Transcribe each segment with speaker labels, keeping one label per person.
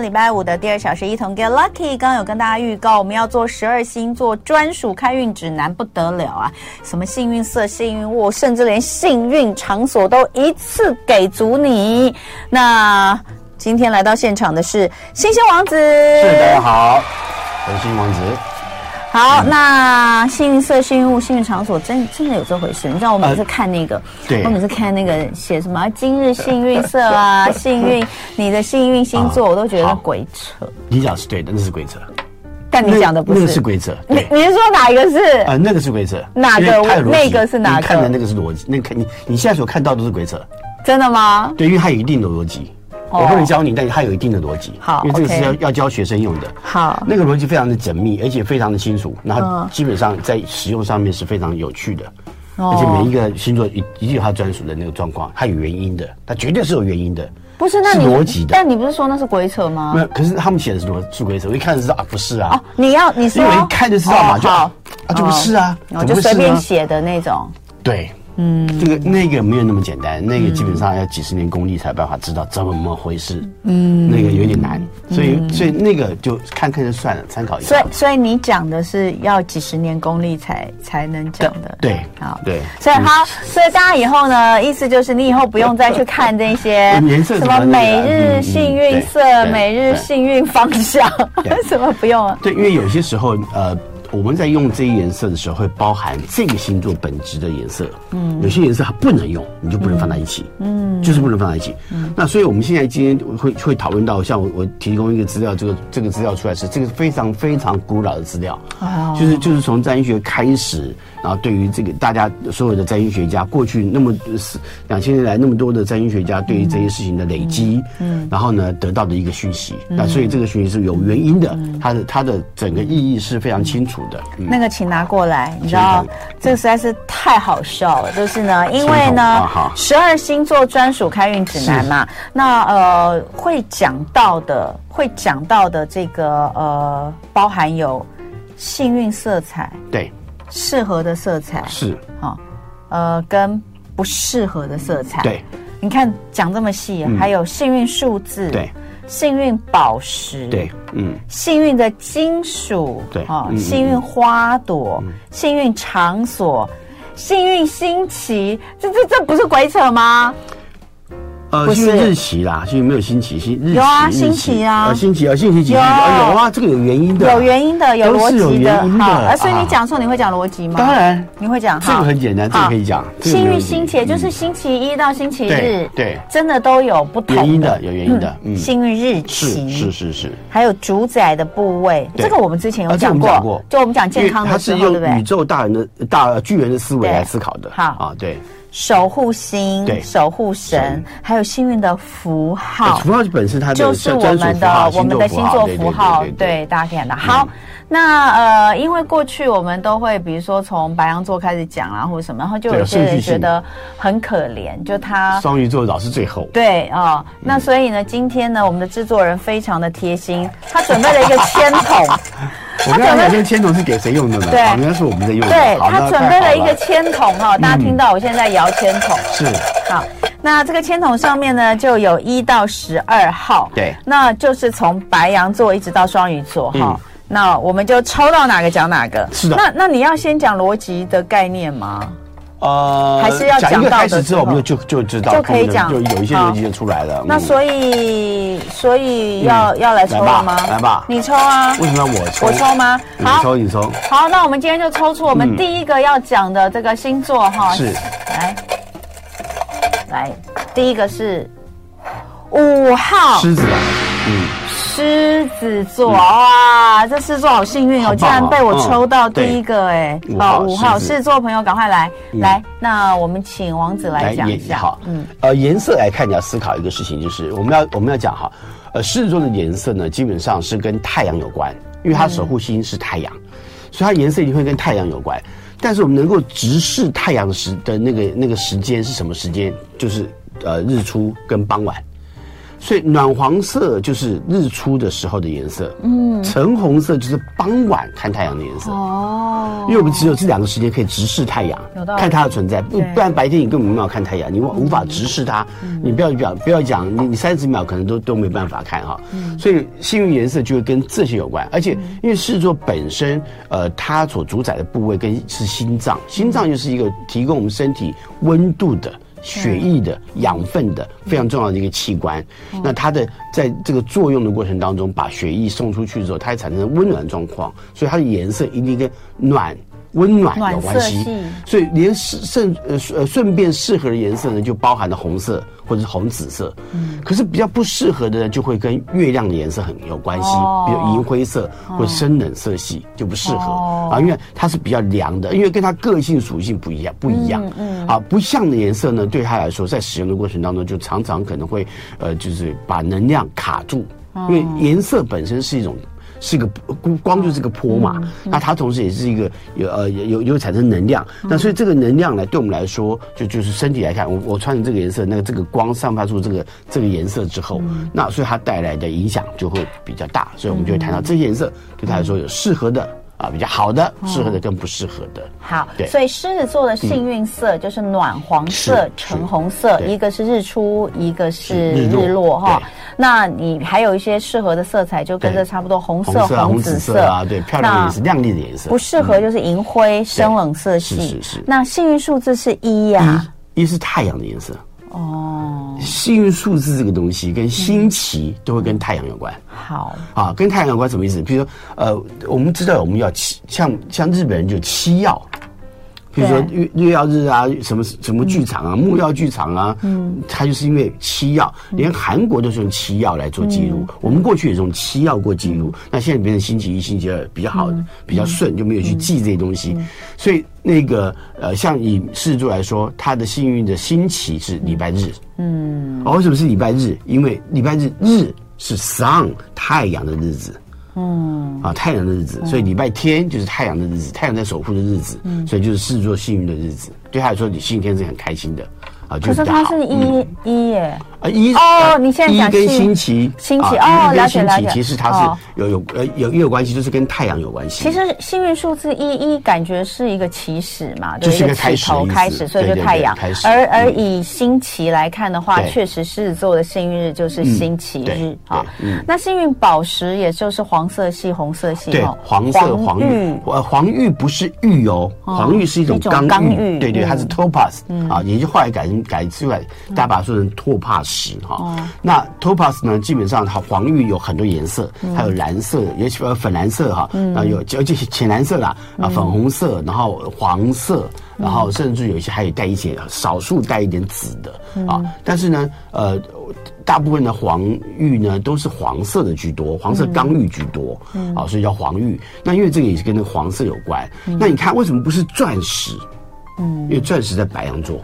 Speaker 1: 礼拜五的第二小时一同 get lucky。刚刚有跟大家预告，我们要做十二星座专属开运指南，不得了啊！什么幸运色、幸运物，甚至连幸运场所都一次给足你。那今天来到现场的是新星王子，
Speaker 2: 是
Speaker 1: 哎
Speaker 2: 大家好，我是王子。嗯
Speaker 1: 好，那幸运色、幸运物、幸运场所，真真的有这回事？你知道我每次看那个，
Speaker 2: 呃对
Speaker 1: 我每次看那个写什么啊今日幸运色 啊，幸运你的幸运星座，
Speaker 2: 啊
Speaker 1: 我都觉得
Speaker 2: 好
Speaker 1: 鬼扯。
Speaker 2: 你讲是对的，那是规则。
Speaker 1: 但你讲的不
Speaker 2: 那
Speaker 1: 是，
Speaker 2: 个是规则，
Speaker 1: 你
Speaker 2: 对。
Speaker 1: 你是说哪一个是？
Speaker 2: 啊，那个是规则，
Speaker 1: 哪个
Speaker 2: 因为它有逻辑
Speaker 1: 那个是哪个
Speaker 2: 你看的那个是逻辑，那个看你你现在所看到都是规则，
Speaker 1: 真的吗？
Speaker 2: 对，因为它有一定的逻辑，
Speaker 1: 哦
Speaker 2: 我不能教你，但是它有一定的逻辑。
Speaker 1: 好
Speaker 2: 因为这个
Speaker 1: OK
Speaker 2: 是要要教学生用的。
Speaker 1: 好
Speaker 2: 那个逻辑非常的缜密，而且非常的清楚，然后
Speaker 1: 嗯
Speaker 2: 基本上在使用上面是非常有趣的，
Speaker 1: 哦
Speaker 2: 而且每一个星座一一定有它专属的那个状况，它有原因的，它绝对是有原因的。
Speaker 1: 不是，那
Speaker 2: 是
Speaker 1: 你
Speaker 2: 逻辑的
Speaker 1: 但你不是说那是鬼扯吗
Speaker 2: 没？有，可是他们写的是逻是规则，我一看就知道啊，不是啊。
Speaker 1: 哦，你要你说，
Speaker 2: 因为一看就知道嘛，就
Speaker 1: 哦
Speaker 2: 啊啊就不是啊，
Speaker 1: 好哦
Speaker 2: 怎
Speaker 1: 就
Speaker 2: 么会
Speaker 1: 随
Speaker 2: 是
Speaker 1: 便
Speaker 2: 呢？
Speaker 1: 写的那种。
Speaker 2: 对，嗯，这个那个没有那么简单，那个基本上要几十年功力才有办法知道怎么回事，嗯，那个有点难，所以所以那个就看看就算了，参考一
Speaker 1: 嗯所
Speaker 2: 下。
Speaker 1: 以所以你讲的是要几十年功力才才能讲的。
Speaker 2: 对
Speaker 1: 好，
Speaker 2: 对嗯
Speaker 1: 所以他，所以大家以后呢，意思就是你以后不用再去看那 些
Speaker 2: 颜色
Speaker 1: 什
Speaker 2: 什
Speaker 1: 么
Speaker 2: 么
Speaker 1: 每
Speaker 2: 那个
Speaker 1: 日
Speaker 2: 嗯嗯
Speaker 1: 幸运色
Speaker 2: 对、对
Speaker 1: 每日
Speaker 2: 对
Speaker 1: 幸运方向
Speaker 2: 对，
Speaker 1: 什么不用了。啊
Speaker 2: 对，因为有些时候，呃，我们在用这些颜色的时候，会包含这个星座本质的颜色。嗯，有些颜色它不能用，你就不能放在一起。嗯，就是不能放在一起。那所以我们现在今天会会讨论到，像我我提供一个资料，这个这个资料出来是这个是非常非常古老的资料，
Speaker 1: 哦
Speaker 2: 就是就是从占星学开始，然后对于这个大家所有的占星学家，过去那么呃是两千年来那么多的占星学家对于这些事情的累积，嗯，然后呢得到的一个讯息，
Speaker 1: 嗯
Speaker 2: 那所以这个讯息是有原因的，它的它的整个意义是非常清楚的，嗯，
Speaker 1: 那个请拿过来，你知道
Speaker 2: 请拿
Speaker 1: 这个实在是太好笑了。就是呢，因为
Speaker 2: 请
Speaker 1: 呢
Speaker 2: 拿啊好，
Speaker 1: 十二星座专属开运指南嘛，那呃会讲到的，会讲到的这个呃，包含有幸运色彩、
Speaker 2: 对，
Speaker 1: 适合的色彩，
Speaker 2: 是，
Speaker 1: 哦，呃，跟不适合的色彩。
Speaker 2: 对，嗯
Speaker 1: 你看讲这么细，还有幸运数字，
Speaker 2: 对，
Speaker 1: 幸运宝石，
Speaker 2: 对，嗯，
Speaker 1: 幸运的金属，
Speaker 2: 对
Speaker 1: 哦
Speaker 2: 嗯嗯嗯
Speaker 1: 幸运花朵，幸运场所，幸运星期，这这这不是鬼扯吗？不是
Speaker 2: 呃，幸运日期啦，幸运没有星期，星日期
Speaker 1: 有啊
Speaker 2: 日
Speaker 1: 星期啊
Speaker 2: 呃星期啊，星期几日期？
Speaker 1: 有
Speaker 2: 啊有啊，这个有原因的，
Speaker 1: 有原因的，有
Speaker 2: 都
Speaker 1: 逻
Speaker 2: 是有
Speaker 1: 辑的
Speaker 2: 原，因的
Speaker 1: 呃所以你
Speaker 2: 啊
Speaker 1: 讲错，你会讲逻辑吗？
Speaker 2: 当，然，
Speaker 1: 你会讲，
Speaker 2: 这个
Speaker 1: 好
Speaker 2: 很简单，这个
Speaker 1: 好
Speaker 2: 可以讲，这个没
Speaker 1: 幸
Speaker 2: 问
Speaker 1: 运
Speaker 2: 题嗯
Speaker 1: 星期就是星期一到星期日
Speaker 2: 对，对
Speaker 1: 真的都有不同
Speaker 2: 原因的，有原因的，嗯，
Speaker 1: 幸运日
Speaker 2: 是
Speaker 1: 期，
Speaker 2: 是是是。
Speaker 1: 还有主宰的部位，
Speaker 2: 对
Speaker 1: 这个我们之前有
Speaker 2: 啊这
Speaker 1: 讲
Speaker 2: 个我们
Speaker 1: 过，
Speaker 2: 讲过
Speaker 1: 就我们讲健康
Speaker 2: 因为它
Speaker 1: 的时
Speaker 2: 是
Speaker 1: 候，对不
Speaker 2: 用宇
Speaker 1: 对？
Speaker 2: 宙大人的大巨人的思维
Speaker 1: 对
Speaker 2: 来思考的。
Speaker 1: 好
Speaker 2: 啊，对，
Speaker 1: 守护星、
Speaker 2: 对
Speaker 1: 守护神
Speaker 2: 神，哎
Speaker 1: 还有幸运的符号。
Speaker 2: 符号本身它的
Speaker 1: 就是我
Speaker 2: 专属
Speaker 1: 们
Speaker 2: 符号
Speaker 1: 的我们的星座符号，
Speaker 2: 对对对对嗯对
Speaker 1: 对大家可以看到。好，那呃，因为过去我们都会，比如说从白羊座开始讲啊，或者什么，然后就
Speaker 2: 对
Speaker 1: 有
Speaker 2: 有
Speaker 1: 些人
Speaker 2: 顺序
Speaker 1: 觉
Speaker 2: 性嗯
Speaker 1: 得很可怜，就他
Speaker 2: 双鱼座老是最后。
Speaker 1: 对啊、哦那所以呢，今天呢，我们的制作人非常的贴 心，他准备了一个签筒，
Speaker 2: 我刚刚讲这个签筒是给谁用的呢？
Speaker 1: 对
Speaker 2: 好应该是我们在用的。
Speaker 1: 对
Speaker 2: 好
Speaker 1: 他
Speaker 2: 那
Speaker 1: 准
Speaker 2: 太
Speaker 1: 备
Speaker 2: 好嗯
Speaker 1: 了一个签筒哈、大家听到我现在摇签筒。
Speaker 2: 是
Speaker 1: 好，那这个签筒上面呢，就有一到十二号，
Speaker 2: 对
Speaker 1: 那就是从白羊座一直到双鱼座哈、
Speaker 2: 嗯
Speaker 1: 那我们就抽到哪个讲哪个。
Speaker 2: 是的
Speaker 1: 那那你要先讲逻辑的概念吗？
Speaker 2: 呃
Speaker 1: 还是要
Speaker 2: 讲一
Speaker 1: 讲
Speaker 2: 个
Speaker 1: 到
Speaker 2: 开
Speaker 1: 的
Speaker 2: 始之后，
Speaker 1: 时
Speaker 2: 我
Speaker 1: 候
Speaker 2: 们就就就知道
Speaker 1: 就可以讲
Speaker 2: 就有一些
Speaker 1: 好
Speaker 2: 逻辑就出来了。
Speaker 1: 那
Speaker 2: 嗯
Speaker 1: 所以所以要、要来抽了吗？
Speaker 2: 来吧来吧
Speaker 1: 你抽啊，
Speaker 2: 为什么要我抽？
Speaker 1: 我抽？吗？
Speaker 2: 你
Speaker 1: 好
Speaker 2: 抽，你抽。
Speaker 1: 好，那我们今天就抽出我们
Speaker 2: 嗯
Speaker 1: 第一个要讲的这个星座哈、
Speaker 2: 是
Speaker 1: 来来，第一个是五号。
Speaker 2: 狮子啊，
Speaker 1: 狮子座，哇，这狮子座好幸运哦，
Speaker 2: 嗯好棒哦
Speaker 1: 竟然被我抽到
Speaker 2: 嗯
Speaker 1: 第一个哎，
Speaker 2: 对五号
Speaker 1: 五号狮
Speaker 2: 狮子嗯
Speaker 1: 子座的朋友赶快来来，那我们请王子来讲一
Speaker 2: 也
Speaker 1: 下，
Speaker 2: 好，
Speaker 1: 嗯
Speaker 2: 嗯，呃，颜色来看，你要思考一个事情，就是我们要我们要讲哈，呃，狮子座的颜色呢，基本上是跟太阳有关，因为它守护星是太阳，所以它颜色一定会跟太阳有关。但是我们能够直视太阳的时的那个那个时间是什么时间？就是呃日出跟傍晚。所以暖黄色就是日出的时候的颜色，嗯，橙红色就是傍晚看太阳的颜色。
Speaker 1: 哦，
Speaker 2: 因为我们只有这两个时间可以直视太阳
Speaker 1: 有道，理
Speaker 2: 看它的存在，不
Speaker 1: 对嗯
Speaker 2: 不然白天你根本没办法看太阳，你无无法直视它。你不要讲，不要讲，你你三十秒可能都都没办法看哈。
Speaker 1: 嗯
Speaker 2: 所以幸运颜色就会跟这些有关，而且因为狮子座本身，呃，它所主宰的部位跟是心脏，
Speaker 1: 嗯
Speaker 2: 心脏就是一个提供我们身体温度的。血液的
Speaker 1: 嗯
Speaker 2: 养分的非常重要的一个器官，那它的在这个作用的过程当中，把血液送出去之后，它会产生温暖状况，所以它的颜色一定跟暖、温暖有关系
Speaker 1: 暖色系。
Speaker 2: 所以连适甚呃呃顺便适合的颜色呢，就包含了红色或者是红紫色。
Speaker 1: 嗯
Speaker 2: 可是比较不适合的呢，就会跟月亮的颜色很有关系，
Speaker 1: 哦
Speaker 2: 比如银灰色或深冷色系就不适合、
Speaker 1: 哦
Speaker 2: 啊，因为它是比较凉的，因为跟它个性属性不一样，不一样。嗯啊，不像的颜色呢，对它来说，在使用的过程当中，就常常可能会呃，就是把能量卡住，因为颜色本身是一种。是一个光光就是个波嘛，那它同时也是一个有呃有有有产生能量，那所以这个能量呢，对我们来说，就就是身体来看，我我穿着这个颜色，那个这个光散发出这个这个颜色之后，那所以它带来的影响就会比较大，所以我们就会谈到这些颜色对它来说有适合的啊，比较好的，
Speaker 1: 哦
Speaker 2: 适合的跟不适合的。
Speaker 1: 好，
Speaker 2: 对嗯
Speaker 1: 所以狮子座的幸运色就是暖黄色
Speaker 2: 是、
Speaker 1: 橙红色，
Speaker 2: 对
Speaker 1: 一个是日出，一个是
Speaker 2: 是日落
Speaker 1: 日落哈
Speaker 2: 对。
Speaker 1: 那你还有一些适合的色彩，就跟这差不多，红
Speaker 2: 红
Speaker 1: 色、
Speaker 2: 色啊，红
Speaker 1: 紫
Speaker 2: 紫
Speaker 1: 色
Speaker 2: 色啊，对，漂亮的颜色，亮丽的颜色。
Speaker 1: 不适合就是银灰、深冷色系。
Speaker 2: 是是嗯是
Speaker 1: 那幸运数字是一呀、
Speaker 2: 一是太阳的颜色，
Speaker 1: 哦，
Speaker 2: 幸运数字这个东西跟星期都会跟太阳有关。
Speaker 1: 好，
Speaker 2: 啊，跟太阳有关什么意思？比如说，呃，我们知道我们要七，像像日本人就七曜，比如说
Speaker 1: 对
Speaker 2: 月月曜日啊，什么什么剧场啊，木曜剧场啊，嗯，它就是因为七曜，连韩国都是用七曜来做记录，我们过去也是用七曜过记录，那现在变成星期一、星期二比较好，比较顺，就没有去记这些东西，所以那个呃，像以狮子座来说，它的幸运的星期是礼拜日，哦，为什么是礼拜日？因为礼拜日日是 sun 太阳的日子。嗯啊，太阳的日子，所以礼拜天就是太阳的日子，太阳在守护的日子，
Speaker 1: 嗯
Speaker 2: 所以就是狮子座幸运的日子。对他来说，你星期天是很开心的啊，就
Speaker 1: 可是
Speaker 2: 比较
Speaker 1: 它
Speaker 2: 好
Speaker 1: 是
Speaker 2: 嗯
Speaker 1: 一一耶，
Speaker 2: 啊，一
Speaker 1: 哦
Speaker 2: 啊
Speaker 1: 你现在讲
Speaker 2: 一跟
Speaker 1: 是
Speaker 2: 星期
Speaker 1: 星期
Speaker 2: 啊
Speaker 1: 哦
Speaker 2: 一
Speaker 1: 了解
Speaker 2: 跟星
Speaker 1: 了
Speaker 2: 期
Speaker 1: 解
Speaker 2: 其实它
Speaker 1: 哦
Speaker 2: 是有有呃有也有关系，就是跟太阳有关系。
Speaker 1: 其实幸运数字一一感觉是一个起始嘛，对
Speaker 2: 就是一个
Speaker 1: 起头
Speaker 2: 开
Speaker 1: 开
Speaker 2: 始的意思
Speaker 1: 始，所以就
Speaker 2: 对对对
Speaker 1: 太阳
Speaker 2: 开。始
Speaker 1: 而
Speaker 2: 嗯
Speaker 1: 而以星期来看的话，
Speaker 2: 对嗯
Speaker 1: 确实狮子座的幸运日就是星期日
Speaker 2: 对
Speaker 1: 啊
Speaker 2: 对嗯。
Speaker 1: 那幸运宝石也就是黄色系、红色系
Speaker 2: 对
Speaker 1: 哦，
Speaker 2: 黄色黄玉，呃，黄玉不是玉哦，黄玉是一
Speaker 1: 一
Speaker 2: 种
Speaker 1: 种
Speaker 2: 刚玉，
Speaker 1: 刚玉
Speaker 2: 对
Speaker 1: 嗯
Speaker 2: 对，它是 topaz、啊，也就后来改成改出来，大家把它说成拓帕石哈、那 topaz 呢，基本上它黄玉有很多颜色，还有蓝色，尤其呃粉蓝色哈，然后有而且浅蓝色啦，啊粉红色，然后黄色。然后甚至有一些还有带一些少数带一点紫的啊，但是呢，呃，大部分的黄玉呢都是黄色的居多，黄色刚玉居多，啊，所以叫黄玉。那因为这个也是跟那个黄色有关。那你看为什么不是钻石？嗯，因为钻石在白羊座，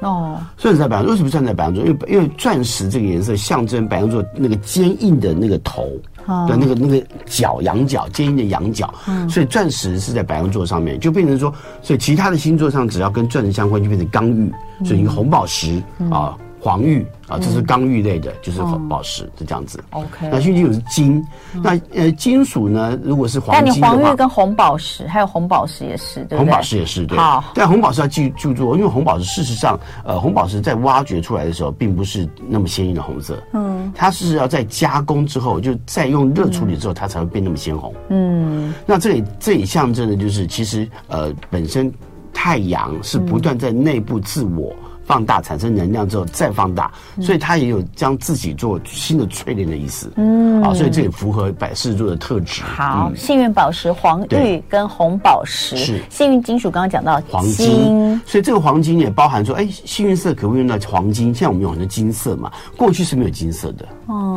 Speaker 1: 哦，
Speaker 2: 钻石在白羊座为什么钻石在白羊座？因为因为钻石这个颜色象征白羊座那个坚硬的那个头。
Speaker 1: 哦
Speaker 2: 对，那个那个角羊角坚硬的羊角，
Speaker 1: 嗯
Speaker 2: 所以钻石是在白羊座上面，就变成说，所以其他的星座上只要跟钻石相关，就变成刚玉，
Speaker 1: 嗯
Speaker 2: 所以一个红宝石啊、黄玉啊，这是刚玉类的，
Speaker 1: 哦
Speaker 2: 就是红宝石，是这样子。
Speaker 1: OK
Speaker 2: 那幸运金属是金，那呃金属呢，如果是黄
Speaker 1: 嗯但你
Speaker 2: 金的话，
Speaker 1: 黄玉跟红宝石，还有红宝石也是，对不对？
Speaker 2: 红宝石也是对
Speaker 1: 好，
Speaker 2: 但红宝石要记记住，因为红宝石事实上，呃，红宝石在挖掘出来的时候，并不是那么鲜艳的红色，嗯，它是要在加工之后，就再用热处理之后，它才会变那么鲜红，嗯，那这里这里象征的就是，其实呃，本身太阳是不断在内部自我。放大产生能量之后再放大，
Speaker 1: 嗯
Speaker 2: 所以它也有将自己做新的淬炼的意思。嗯，啊，所以这也符合百事座的特质。嗯
Speaker 1: 好，幸运宝石黄玉
Speaker 2: 对
Speaker 1: 跟红宝石，
Speaker 2: 是
Speaker 1: 幸运金属。刚刚讲到
Speaker 2: 黄金，所以这个黄金也包含说，哎，幸运色可不可以用到黄金？现在我们有很多金色嘛，过去是没有金色的，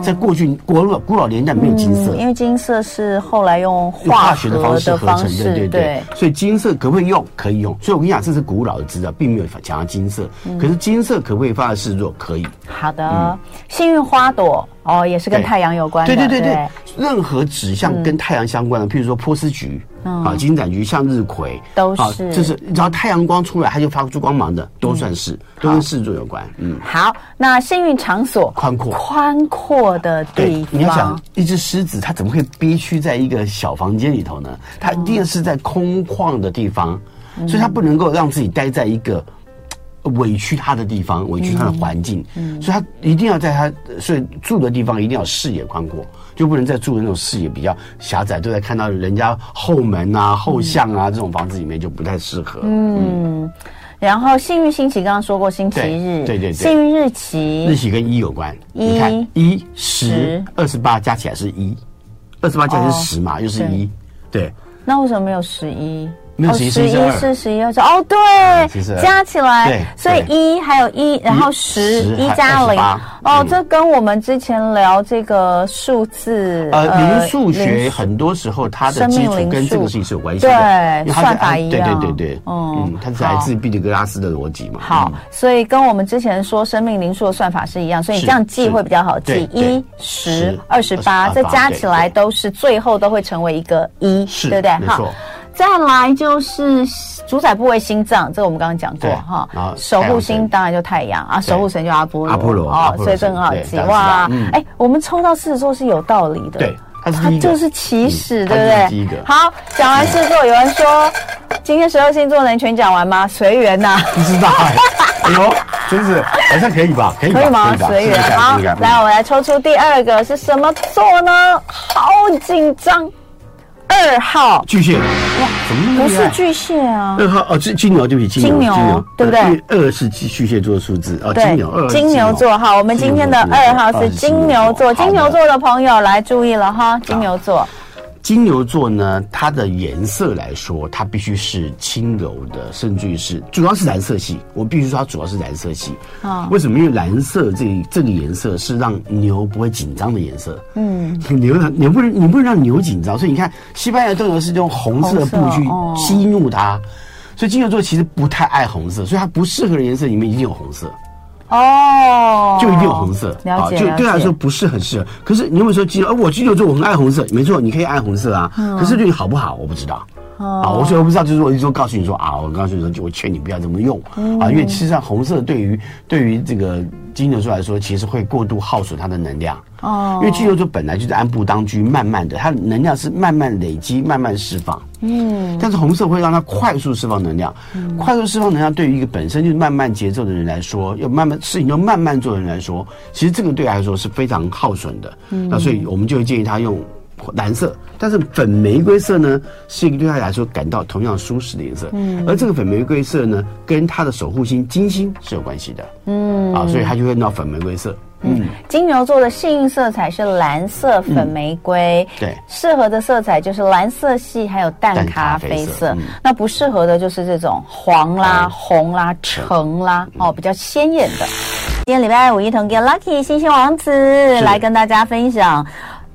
Speaker 2: 在过去古老古老年代没有金色，
Speaker 1: 哦嗯，因为金色是后来用
Speaker 2: 用
Speaker 1: 化
Speaker 2: 化学的方
Speaker 1: 合
Speaker 2: 式
Speaker 1: 的
Speaker 2: 合
Speaker 1: 方
Speaker 2: 成的，
Speaker 1: 式，
Speaker 2: 对对对。所以金色可不可以用？可以用。所以我跟你讲，这是古老的资料，并没有讲到金色。
Speaker 1: 嗯
Speaker 2: 可是金色可不可以放在狮子座？可以。
Speaker 1: 好的，幸运花朵哦，也是跟
Speaker 2: 嗯对
Speaker 1: 太阳有关的。嗯
Speaker 2: 对对对对，任何指向跟太阳相关的，譬如说波斯菊、啊、金盏菊、向日葵，
Speaker 1: 都
Speaker 2: 啊
Speaker 1: 是
Speaker 2: 这是只要太阳光出来，它就发出光芒的，都算
Speaker 1: 嗯
Speaker 2: 是、都跟狮子座有关。嗯，
Speaker 1: 好，那幸运场所
Speaker 2: 宽阔
Speaker 1: 宽阔的地
Speaker 2: 对
Speaker 1: 方，，
Speaker 2: 你要想一只狮子，它怎么会憋屈在一个小房间里头呢？它一定是在空旷的地方，
Speaker 1: 嗯
Speaker 2: 所以它不能够让自己待在一个。呃委屈它的地
Speaker 1: 嗯
Speaker 2: 方，委屈它的环境，所以它一定要在它所以住的地方一定要视野宽阔，就不能再住的那种视野比较狭窄，都在看到人家后门啊、后巷
Speaker 1: 嗯
Speaker 2: 啊这种房子里面就不太适合。
Speaker 1: 然后幸运星期刚刚说过星期
Speaker 2: 对
Speaker 1: 日，
Speaker 2: 对对对
Speaker 1: 幸运日
Speaker 2: 日
Speaker 1: 期
Speaker 2: 期跟一有关。
Speaker 1: 一
Speaker 2: 你看一十
Speaker 1: 十哦
Speaker 2: 二十八加起来是一，二十八加起来是十嘛，又是一，对。
Speaker 1: 那为什么没有十一？
Speaker 2: 没有
Speaker 1: 哦
Speaker 2: 11
Speaker 1: 十一
Speaker 2: 12
Speaker 1: 是十一，二是哦，对
Speaker 2: 12，
Speaker 1: 加起来
Speaker 2: 嗯对，
Speaker 1: 所以一还有一，然后
Speaker 2: 一
Speaker 1: 十
Speaker 2: 10
Speaker 1: 一
Speaker 2: 还
Speaker 1: 加零
Speaker 2: 28，
Speaker 1: 哦，
Speaker 2: 嗯
Speaker 1: 这跟我们之前聊这个数字，
Speaker 2: 呃，理论数学
Speaker 1: 零
Speaker 2: 很多时候它
Speaker 1: 生
Speaker 2: 的
Speaker 1: 命
Speaker 2: 基础
Speaker 1: 灵
Speaker 2: 跟这
Speaker 1: 数
Speaker 2: 个事情是有关系的，
Speaker 1: 对
Speaker 2: 因为它
Speaker 1: 算
Speaker 2: 是
Speaker 1: 法
Speaker 2: 哎
Speaker 1: 一
Speaker 2: 对
Speaker 1: 样
Speaker 2: 对对对，
Speaker 1: 嗯
Speaker 2: 嗯，它是来
Speaker 1: 好
Speaker 2: 自毕底格拉斯的逻辑嘛。
Speaker 1: 好
Speaker 2: 嗯，，
Speaker 1: 所以跟我们之前说生命灵数的算法是一样，所以你
Speaker 2: 是
Speaker 1: 这样记
Speaker 2: 是
Speaker 1: 会比较好记
Speaker 2: 对，
Speaker 1: 一
Speaker 2: 对、
Speaker 1: 十
Speaker 2: 十、
Speaker 1: 二十八，
Speaker 2: 28
Speaker 1: 这加起来
Speaker 2: 对
Speaker 1: 都是最后都会成为一个一，
Speaker 2: 是
Speaker 1: 对不对？
Speaker 2: 没
Speaker 1: 好
Speaker 2: 错，
Speaker 1: 再来就是主宰部位心脏，这个我们刚刚讲过
Speaker 2: 对
Speaker 1: 哈
Speaker 2: 然后。
Speaker 1: 守护
Speaker 2: 太阳
Speaker 1: 星
Speaker 2: 神
Speaker 1: 当然就太阳啊，守护神就阿波罗，哦
Speaker 2: 阿波罗阿波罗
Speaker 1: 所以这很好
Speaker 2: 神
Speaker 1: 记
Speaker 2: 对大家
Speaker 1: 哇
Speaker 2: 知道嗯！
Speaker 1: 哎，我们抽到狮子座是有道理的，
Speaker 2: 对它是
Speaker 1: 它
Speaker 2: 第一个
Speaker 1: 就是起始，
Speaker 2: 嗯
Speaker 1: 对不
Speaker 2: 它
Speaker 1: 对？
Speaker 2: 是第一个
Speaker 1: 好，讲完狮子座，有人说今天十二星座能全讲完吗？随缘呐。
Speaker 2: 不知道 哎，哎呦，真是好像可以吧？可以吧
Speaker 1: 可以吗？
Speaker 2: 可以吧
Speaker 1: 随缘
Speaker 2: 试试看
Speaker 1: 好，
Speaker 2: 试试看
Speaker 1: 来，我们来抽出第二个是什么座呢？好紧张，二号
Speaker 2: 巨蟹，哇，怎么那么
Speaker 1: 不
Speaker 2: 厉害
Speaker 1: 是巨蟹啊，
Speaker 2: 二号哦，金金牛，对不起，
Speaker 1: 金牛对不对
Speaker 2: 呃因为二是巨巨蟹座的数字哦，金牛，二是
Speaker 1: 金牛座哈。我们今天的二号是金牛座，金牛。
Speaker 2: 二是金牛座好的
Speaker 1: 座的朋友来注意了哈，金牛座
Speaker 2: 金牛座呢，它的颜色来说，它必须是轻柔的，甚至于是主要是蓝色系。我必须说，它主要是蓝色系。
Speaker 1: 啊
Speaker 2: 啊，为什么？因为蓝色这这个颜色是让牛不会紧张的颜色。嗯， 牛呢，你不能你不能让牛紧张，所以你看，西班牙斗牛士就用红色的布
Speaker 1: 红色
Speaker 2: 去
Speaker 1: 哦
Speaker 2: 激怒它。所以金牛座其实不太爱红色，所以它不适合的颜色里面一定有红色。
Speaker 1: 哦，
Speaker 2: 就一定有红色，啊
Speaker 1: 了解，
Speaker 2: 就对他
Speaker 1: 了
Speaker 2: 来
Speaker 1: 解
Speaker 2: 说不是很适合。可是你有没有说金牛？呃我金牛座我很爱红色，没错，你可以爱红色啊。
Speaker 1: 嗯
Speaker 2: 可是对你好不好，我不知道。
Speaker 1: 哦
Speaker 2: 啊，我说我不知道，就是我一直告诉你说啊，我告诉你说，就我劝你不要这么用
Speaker 1: 嗯
Speaker 2: 啊，因为事实上红色对于对于这个金牛座来说，其实会过度耗损它的能量。
Speaker 1: 哦
Speaker 2: 因为金牛座本来就是按部当居，慢慢的，它的能量是慢慢累积、慢慢释放。嗯，但是红色会让它快速释放能量，
Speaker 1: 嗯
Speaker 2: 快速释放能量对于一个本身就是慢慢节奏的人来说，要慢慢事情要慢慢做的人来说，其实这个对他来说是非常耗损的。
Speaker 1: 嗯
Speaker 2: 那所以我们就会建议他用。蓝色，但是粉玫瑰色呢，是一个对他来说感到同样舒适的颜色。嗯，而这个粉玫瑰色呢，跟他的守护星金星是有关系的。嗯，啊，所以他就会用到粉玫瑰色。嗯，
Speaker 1: 金牛座的幸运色彩是蓝色粉玫瑰，
Speaker 2: 对
Speaker 1: 适合的色彩就是蓝色系，还有淡
Speaker 2: 淡
Speaker 1: 咖
Speaker 2: 咖
Speaker 1: 啡
Speaker 2: 啡
Speaker 1: 色。
Speaker 2: 色嗯哎
Speaker 1: 那不适合的就是这种黄啦、
Speaker 2: 黄
Speaker 1: 红啦、橙啦，
Speaker 2: 嗯
Speaker 1: 哦，比较鲜艳的。今天礼拜五一同 get lucky 星星王子来跟大家分享。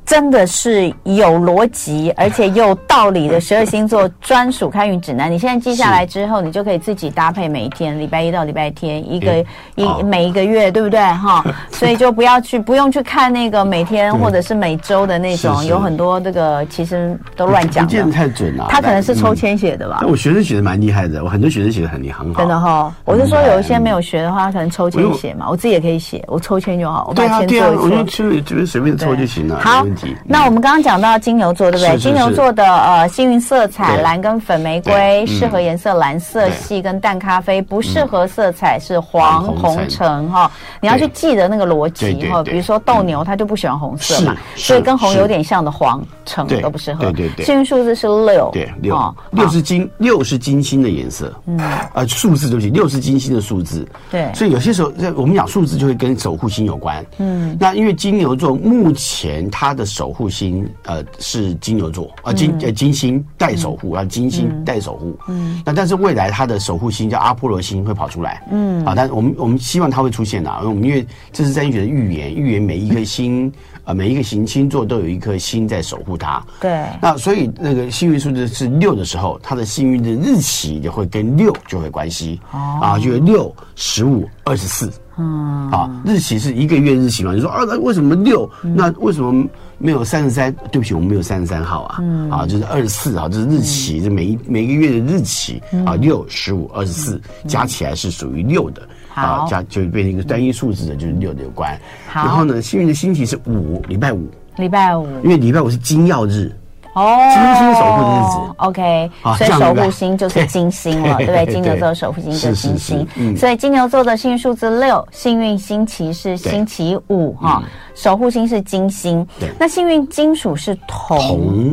Speaker 1: 真的是有逻辑而且有道理 的十二星座专属开运指南。你现在记下来之后，你就可以自己搭配每一天，礼拜一到礼拜天，一个
Speaker 2: 诶
Speaker 1: 一
Speaker 2: 哦
Speaker 1: 每一个月，对不对哈？所以就不要去不用去看那个每 天或者是每周的那种，
Speaker 2: 是是
Speaker 1: 有很多这个其实都乱讲
Speaker 2: 不见
Speaker 1: 的
Speaker 2: 得。太准了、啊。
Speaker 1: 他可能是抽
Speaker 2: 嗯
Speaker 1: 签写的吧
Speaker 2: 但，我学生写的蛮厉害的，我很多学生写的很厉很好。嗯
Speaker 1: 真的哈。我是说有一些没有学的话，他可能抽
Speaker 2: 我
Speaker 1: 签
Speaker 2: 用
Speaker 1: 写嘛。我自己也可以写，我抽签就好，我把
Speaker 2: 对啊
Speaker 1: 签
Speaker 2: 对啊，
Speaker 1: 做
Speaker 2: 我
Speaker 1: 一
Speaker 2: 就
Speaker 1: 做。
Speaker 2: 去这边随便抽就行了，啊没
Speaker 1: 好
Speaker 2: 问题。，
Speaker 1: 那我们刚刚讲到金牛座，对不对？
Speaker 2: 是是
Speaker 1: 金牛座的呃幸运色彩
Speaker 2: 对
Speaker 1: 蓝跟粉玫瑰，
Speaker 2: 对嗯
Speaker 1: 适合颜色蓝色
Speaker 2: 对
Speaker 1: 系跟淡咖啡，不适合色彩是黄、
Speaker 2: 黄
Speaker 1: 红
Speaker 2: 红
Speaker 1: 橙哈。你要去
Speaker 2: 对
Speaker 1: 记得那个逻
Speaker 2: 对
Speaker 1: 辑
Speaker 2: 对
Speaker 1: 哈，
Speaker 2: 对
Speaker 1: 比如说斗牛它就不喜欢红色嘛，
Speaker 2: 是
Speaker 1: 所以
Speaker 2: 是
Speaker 1: 跟红
Speaker 2: 是
Speaker 1: 有点像的黄橙
Speaker 2: 对
Speaker 1: 都不适合。
Speaker 2: 对对对
Speaker 1: 幸运数字是六，
Speaker 2: 对六、
Speaker 1: 哦
Speaker 2: 六
Speaker 1: 好
Speaker 2: 是金六是金星的颜色，嗯，呃数字对不起，六是金星的数字，
Speaker 1: 对
Speaker 2: 所以有些时候在我们讲数字就会跟守护星有关，嗯，那因为金牛座目前它的守护星呃是金牛座啊、呃金、呃金星带守护啊金星带守护，嗯，那但是未来它的守护星叫阿波罗星会跑出来，嗯，啊，但我们我们希望它会出现的、啊，因为我们因为这是占星学的预言，预言每一个星。啊，每一个行星座都有一颗星在守护它。
Speaker 1: 对
Speaker 2: 那所以那个幸运数字是六的时候，它的幸运的日期也会跟六就会关系。啊，就六、十五、二十四。嗯，啊，日期是一个月日期嘛？你说啊，那为什么六？那为什么没有三十三？对不起，我们没有三十三号啊。嗯，啊，就是二十四啊，就是日期，这每一每个月的日期啊，六、十五、二十四加起来是属于六的。
Speaker 1: 好
Speaker 2: 啊，加就变成一个单一数字的，就是六的有关。
Speaker 1: 好
Speaker 2: 然后呢，幸运的星期是五，礼拜五，
Speaker 1: 礼拜五
Speaker 2: 因为礼拜五是金曜日。
Speaker 1: 哦，
Speaker 2: 金星守护的日子
Speaker 1: ，OK，
Speaker 2: 啊
Speaker 1: 所以
Speaker 2: 这样
Speaker 1: 守
Speaker 2: 明白
Speaker 1: 护星就是金星了，对
Speaker 2: 对
Speaker 1: 不对？
Speaker 2: 对
Speaker 1: 金牛座的守护星就是
Speaker 2: 是
Speaker 1: 金
Speaker 2: 是
Speaker 1: 星，
Speaker 2: 嗯
Speaker 1: 所以金牛座的幸运数字六，幸运星期是星期五哈、守护星是金星
Speaker 2: 对，
Speaker 1: 那幸运金属是铜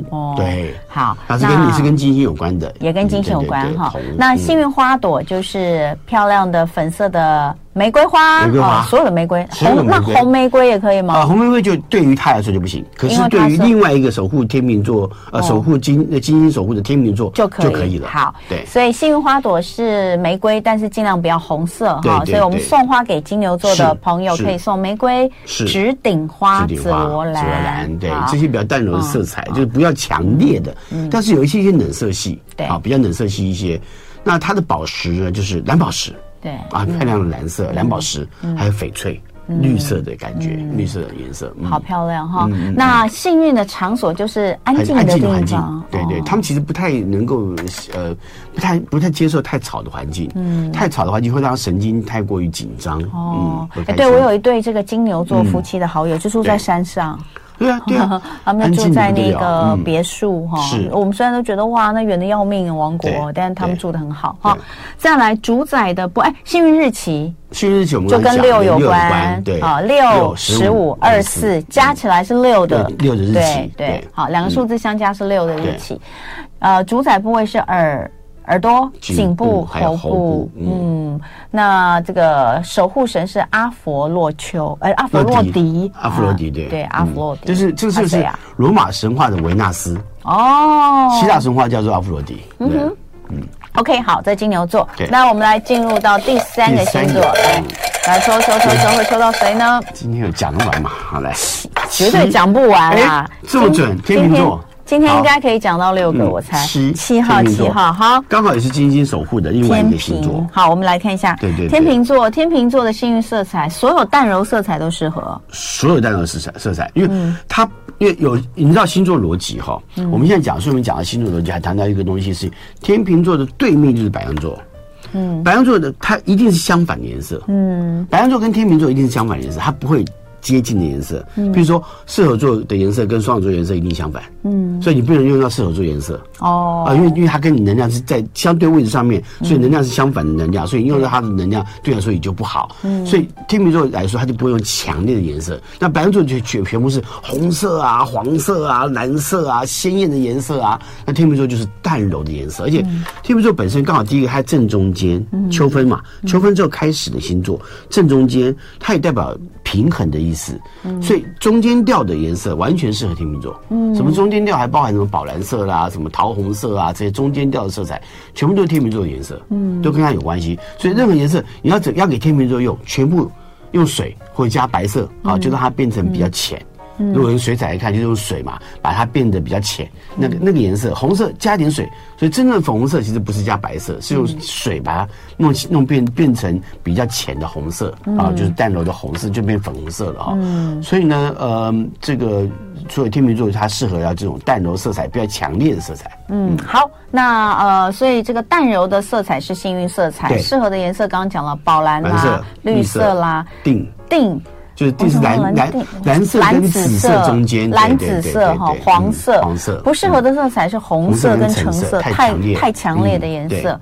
Speaker 1: 哦
Speaker 2: 铜，对
Speaker 1: 好，
Speaker 2: 它是啊跟你是跟金星有关的，
Speaker 1: 也跟金星有关哈
Speaker 2: 嗯对对对。
Speaker 1: 那
Speaker 2: 铜
Speaker 1: 幸运花朵就是漂亮的粉色的玫瑰花，
Speaker 2: 玫瑰花
Speaker 1: 哦所有的玫瑰，
Speaker 2: 所有的
Speaker 1: 红那
Speaker 2: 玫瑰
Speaker 1: 红玫瑰也可以
Speaker 2: 啊，
Speaker 1: 吗？
Speaker 2: 红玫瑰就对于他来说就不行，可
Speaker 1: 因
Speaker 2: 是
Speaker 1: 为它
Speaker 2: 对于
Speaker 1: 是
Speaker 2: 另外一个守护天秤座，呃，守护金呃金星守护的天秤座
Speaker 1: 就可以
Speaker 2: 了。
Speaker 1: 好，
Speaker 2: 对
Speaker 1: 所以幸运花朵是玫瑰，但是尽量不要红色
Speaker 2: 对
Speaker 1: 哈。
Speaker 2: 对
Speaker 1: 所以我们
Speaker 2: 对
Speaker 1: 送花给金牛座的
Speaker 2: 是
Speaker 1: 朋友，
Speaker 2: 是
Speaker 1: 可以送玫瑰、
Speaker 2: 是
Speaker 1: 纸顶花、
Speaker 2: 是
Speaker 1: 紫罗兰。
Speaker 2: 紫罗兰，对
Speaker 1: 好嗯
Speaker 2: 这些比较淡柔的色彩，就是不要强烈的，但是有一些一些冷色系，
Speaker 1: 对
Speaker 2: 啊，比较冷色系一些。那它的宝石呢，就是蓝宝石，
Speaker 1: 对
Speaker 2: 啊，漂亮的蓝色蓝宝石，
Speaker 1: 嗯
Speaker 2: 还有翡翠，绿色的感觉，绿色的颜色，嗯
Speaker 1: 好漂亮哈。那幸运的场所就是安
Speaker 2: 很
Speaker 1: 静
Speaker 2: 安
Speaker 1: 的
Speaker 2: 静的
Speaker 1: 地
Speaker 2: 环境
Speaker 1: 方，，
Speaker 2: 对对，
Speaker 1: 哦
Speaker 2: 他们其实不太能够呃，不太不太接受太吵的环境，嗯，太吵的环境会让神经太过于紧张，
Speaker 1: 哦，
Speaker 2: 不
Speaker 1: 哎
Speaker 2: 嗯开
Speaker 1: 对
Speaker 2: 心嗯
Speaker 1: 我有一对这个金牛座夫妻的好友，就住在山上，
Speaker 2: 对啊对啊
Speaker 1: ，他们就住在那个
Speaker 2: 安静得不得了嗯
Speaker 1: 别墅哈。
Speaker 2: 是
Speaker 1: 我们虽然都觉得哇，那远的要命，王国
Speaker 2: 对，
Speaker 1: 但是他们
Speaker 2: 对
Speaker 1: 住的很好哈
Speaker 2: 对。
Speaker 1: 再来主宰的不哎，幸运日期
Speaker 2: 幸运日期我们
Speaker 1: 就
Speaker 2: 刚
Speaker 1: 跟
Speaker 2: 刚讲
Speaker 1: 六
Speaker 2: 的
Speaker 1: 有
Speaker 2: 有
Speaker 1: 关，
Speaker 2: 对
Speaker 1: 好，六、十五、二十
Speaker 2: 嗯
Speaker 1: 四加起来是六的
Speaker 2: 六的日期
Speaker 1: 对对
Speaker 2: 对，嗯
Speaker 1: 好，两个数字相加是六的日
Speaker 2: 对
Speaker 1: 期。呃，主宰部位是耳。耳朵、
Speaker 2: 颈
Speaker 1: 颈部、
Speaker 2: 部还有
Speaker 1: 喉
Speaker 2: 喉
Speaker 1: 部
Speaker 2: 部，
Speaker 1: 嗯，那这个守护神是阿佛洛丘，呃，阿佛洛狄，
Speaker 2: 阿弗洛狄
Speaker 1: 啊
Speaker 2: 对
Speaker 1: 对，阿
Speaker 2: 嗯
Speaker 1: 佛洛狄，
Speaker 2: 就是这
Speaker 1: 他
Speaker 2: 就
Speaker 1: 谁
Speaker 2: 是
Speaker 1: 啊
Speaker 2: 罗马神话的维纳斯，
Speaker 1: 哦，
Speaker 2: 希腊神话叫做阿弗洛狄，嗯
Speaker 1: OK，好，在金牛座
Speaker 2: 对。
Speaker 1: 那我们来进入到第三个星座，
Speaker 2: 第三个嗯
Speaker 1: 来，来抽抽抽抽会抽到谁呢？
Speaker 2: 今天有讲得完嘛？好来，
Speaker 1: 绝对
Speaker 2: 七
Speaker 1: 讲不完啊
Speaker 2: 哎！这么准
Speaker 1: 今
Speaker 2: 天秤座
Speaker 1: 今天今天
Speaker 2: 好
Speaker 1: 应该可以讲到六个，
Speaker 2: 嗯
Speaker 1: 我猜
Speaker 2: 七
Speaker 1: 七号
Speaker 2: 天秤
Speaker 1: 七
Speaker 2: 座
Speaker 1: 号好。
Speaker 2: 刚好也是金星守护的另外一
Speaker 1: 天
Speaker 2: 个星座
Speaker 1: 平，，好，我们来看一下。
Speaker 2: 对对对
Speaker 1: 天秤座，天秤座的幸运色彩，所有淡柔色彩都适合。
Speaker 2: 所有蛋的色彩色彩，因为它因为有你知道星座逻辑哈，我们现在讲说明讲的星座逻辑，还谈到一个东西是天秤座的对面就是白羊座。嗯，白羊座的它一定是相反的颜色。嗯，白羊座跟天秤座一定是相反的颜色，它不会接近的颜色。嗯，比如说射手座的颜色跟双子座颜色一定相反。嗯，所以你不能用到射手座颜色。
Speaker 1: 哦
Speaker 2: 啊，因为因为它跟你能量是在相对位置上面，所以能量是相反的能量，所以用到它的能量对来说也就不好。所以天秤座来说，它就不会用强烈的颜色。那白羊座就全全部是红色啊、黄色啊、蓝色啊、鲜艳的颜色啊。那天秤座就是淡柔的颜色，而且天秤座本身刚好第一个它正中间，秋分嘛，秋分之后开始的星座，正中间它也代表平衡的意思，所以中间调的颜色完全适合天秤座。嗯，什么中间调还包含什么宝蓝色啦、什么桃红色啊这些中间调的色彩，全部都是天秤座的颜色，嗯，都跟它有关系。所以任何颜色你要怎要给天秤座用，全部用水或者加白色啊，就让它变成比较浅。如果用水彩来看，就是用水嘛，把它变得比较浅，那个那个颜色，红色加一点水，所以真正的粉红色其实不是加白色，是用水把它弄弄变变成比较浅的红色啊，就是淡柔的红色就变粉红色了啊。所以呢，呃，这个所以天秤座它适合要这种淡柔色彩比较强烈的色彩，
Speaker 1: 嗯，好，那呃，所以这个淡柔的色彩是幸运色彩，
Speaker 2: 对
Speaker 1: 适合的颜色刚刚讲了，宝蓝
Speaker 2: 蓝
Speaker 1: 啦
Speaker 2: 色、、
Speaker 1: 绿色啦、
Speaker 2: 靛。
Speaker 1: 靛。
Speaker 2: 就是靛是蓝蓝蓝色跟紫色中间，
Speaker 1: 蓝
Speaker 2: 对
Speaker 1: 紫
Speaker 2: 对
Speaker 1: 色
Speaker 2: 对
Speaker 1: 哈
Speaker 2: 对，
Speaker 1: 黄
Speaker 2: 嗯
Speaker 1: 色，
Speaker 2: 黄色
Speaker 1: 不适合的色彩是红色跟橙色，
Speaker 2: 红色跟橙色太
Speaker 1: 太
Speaker 2: 强烈
Speaker 1: 太强烈的颜
Speaker 2: 嗯
Speaker 1: 色
Speaker 2: 对。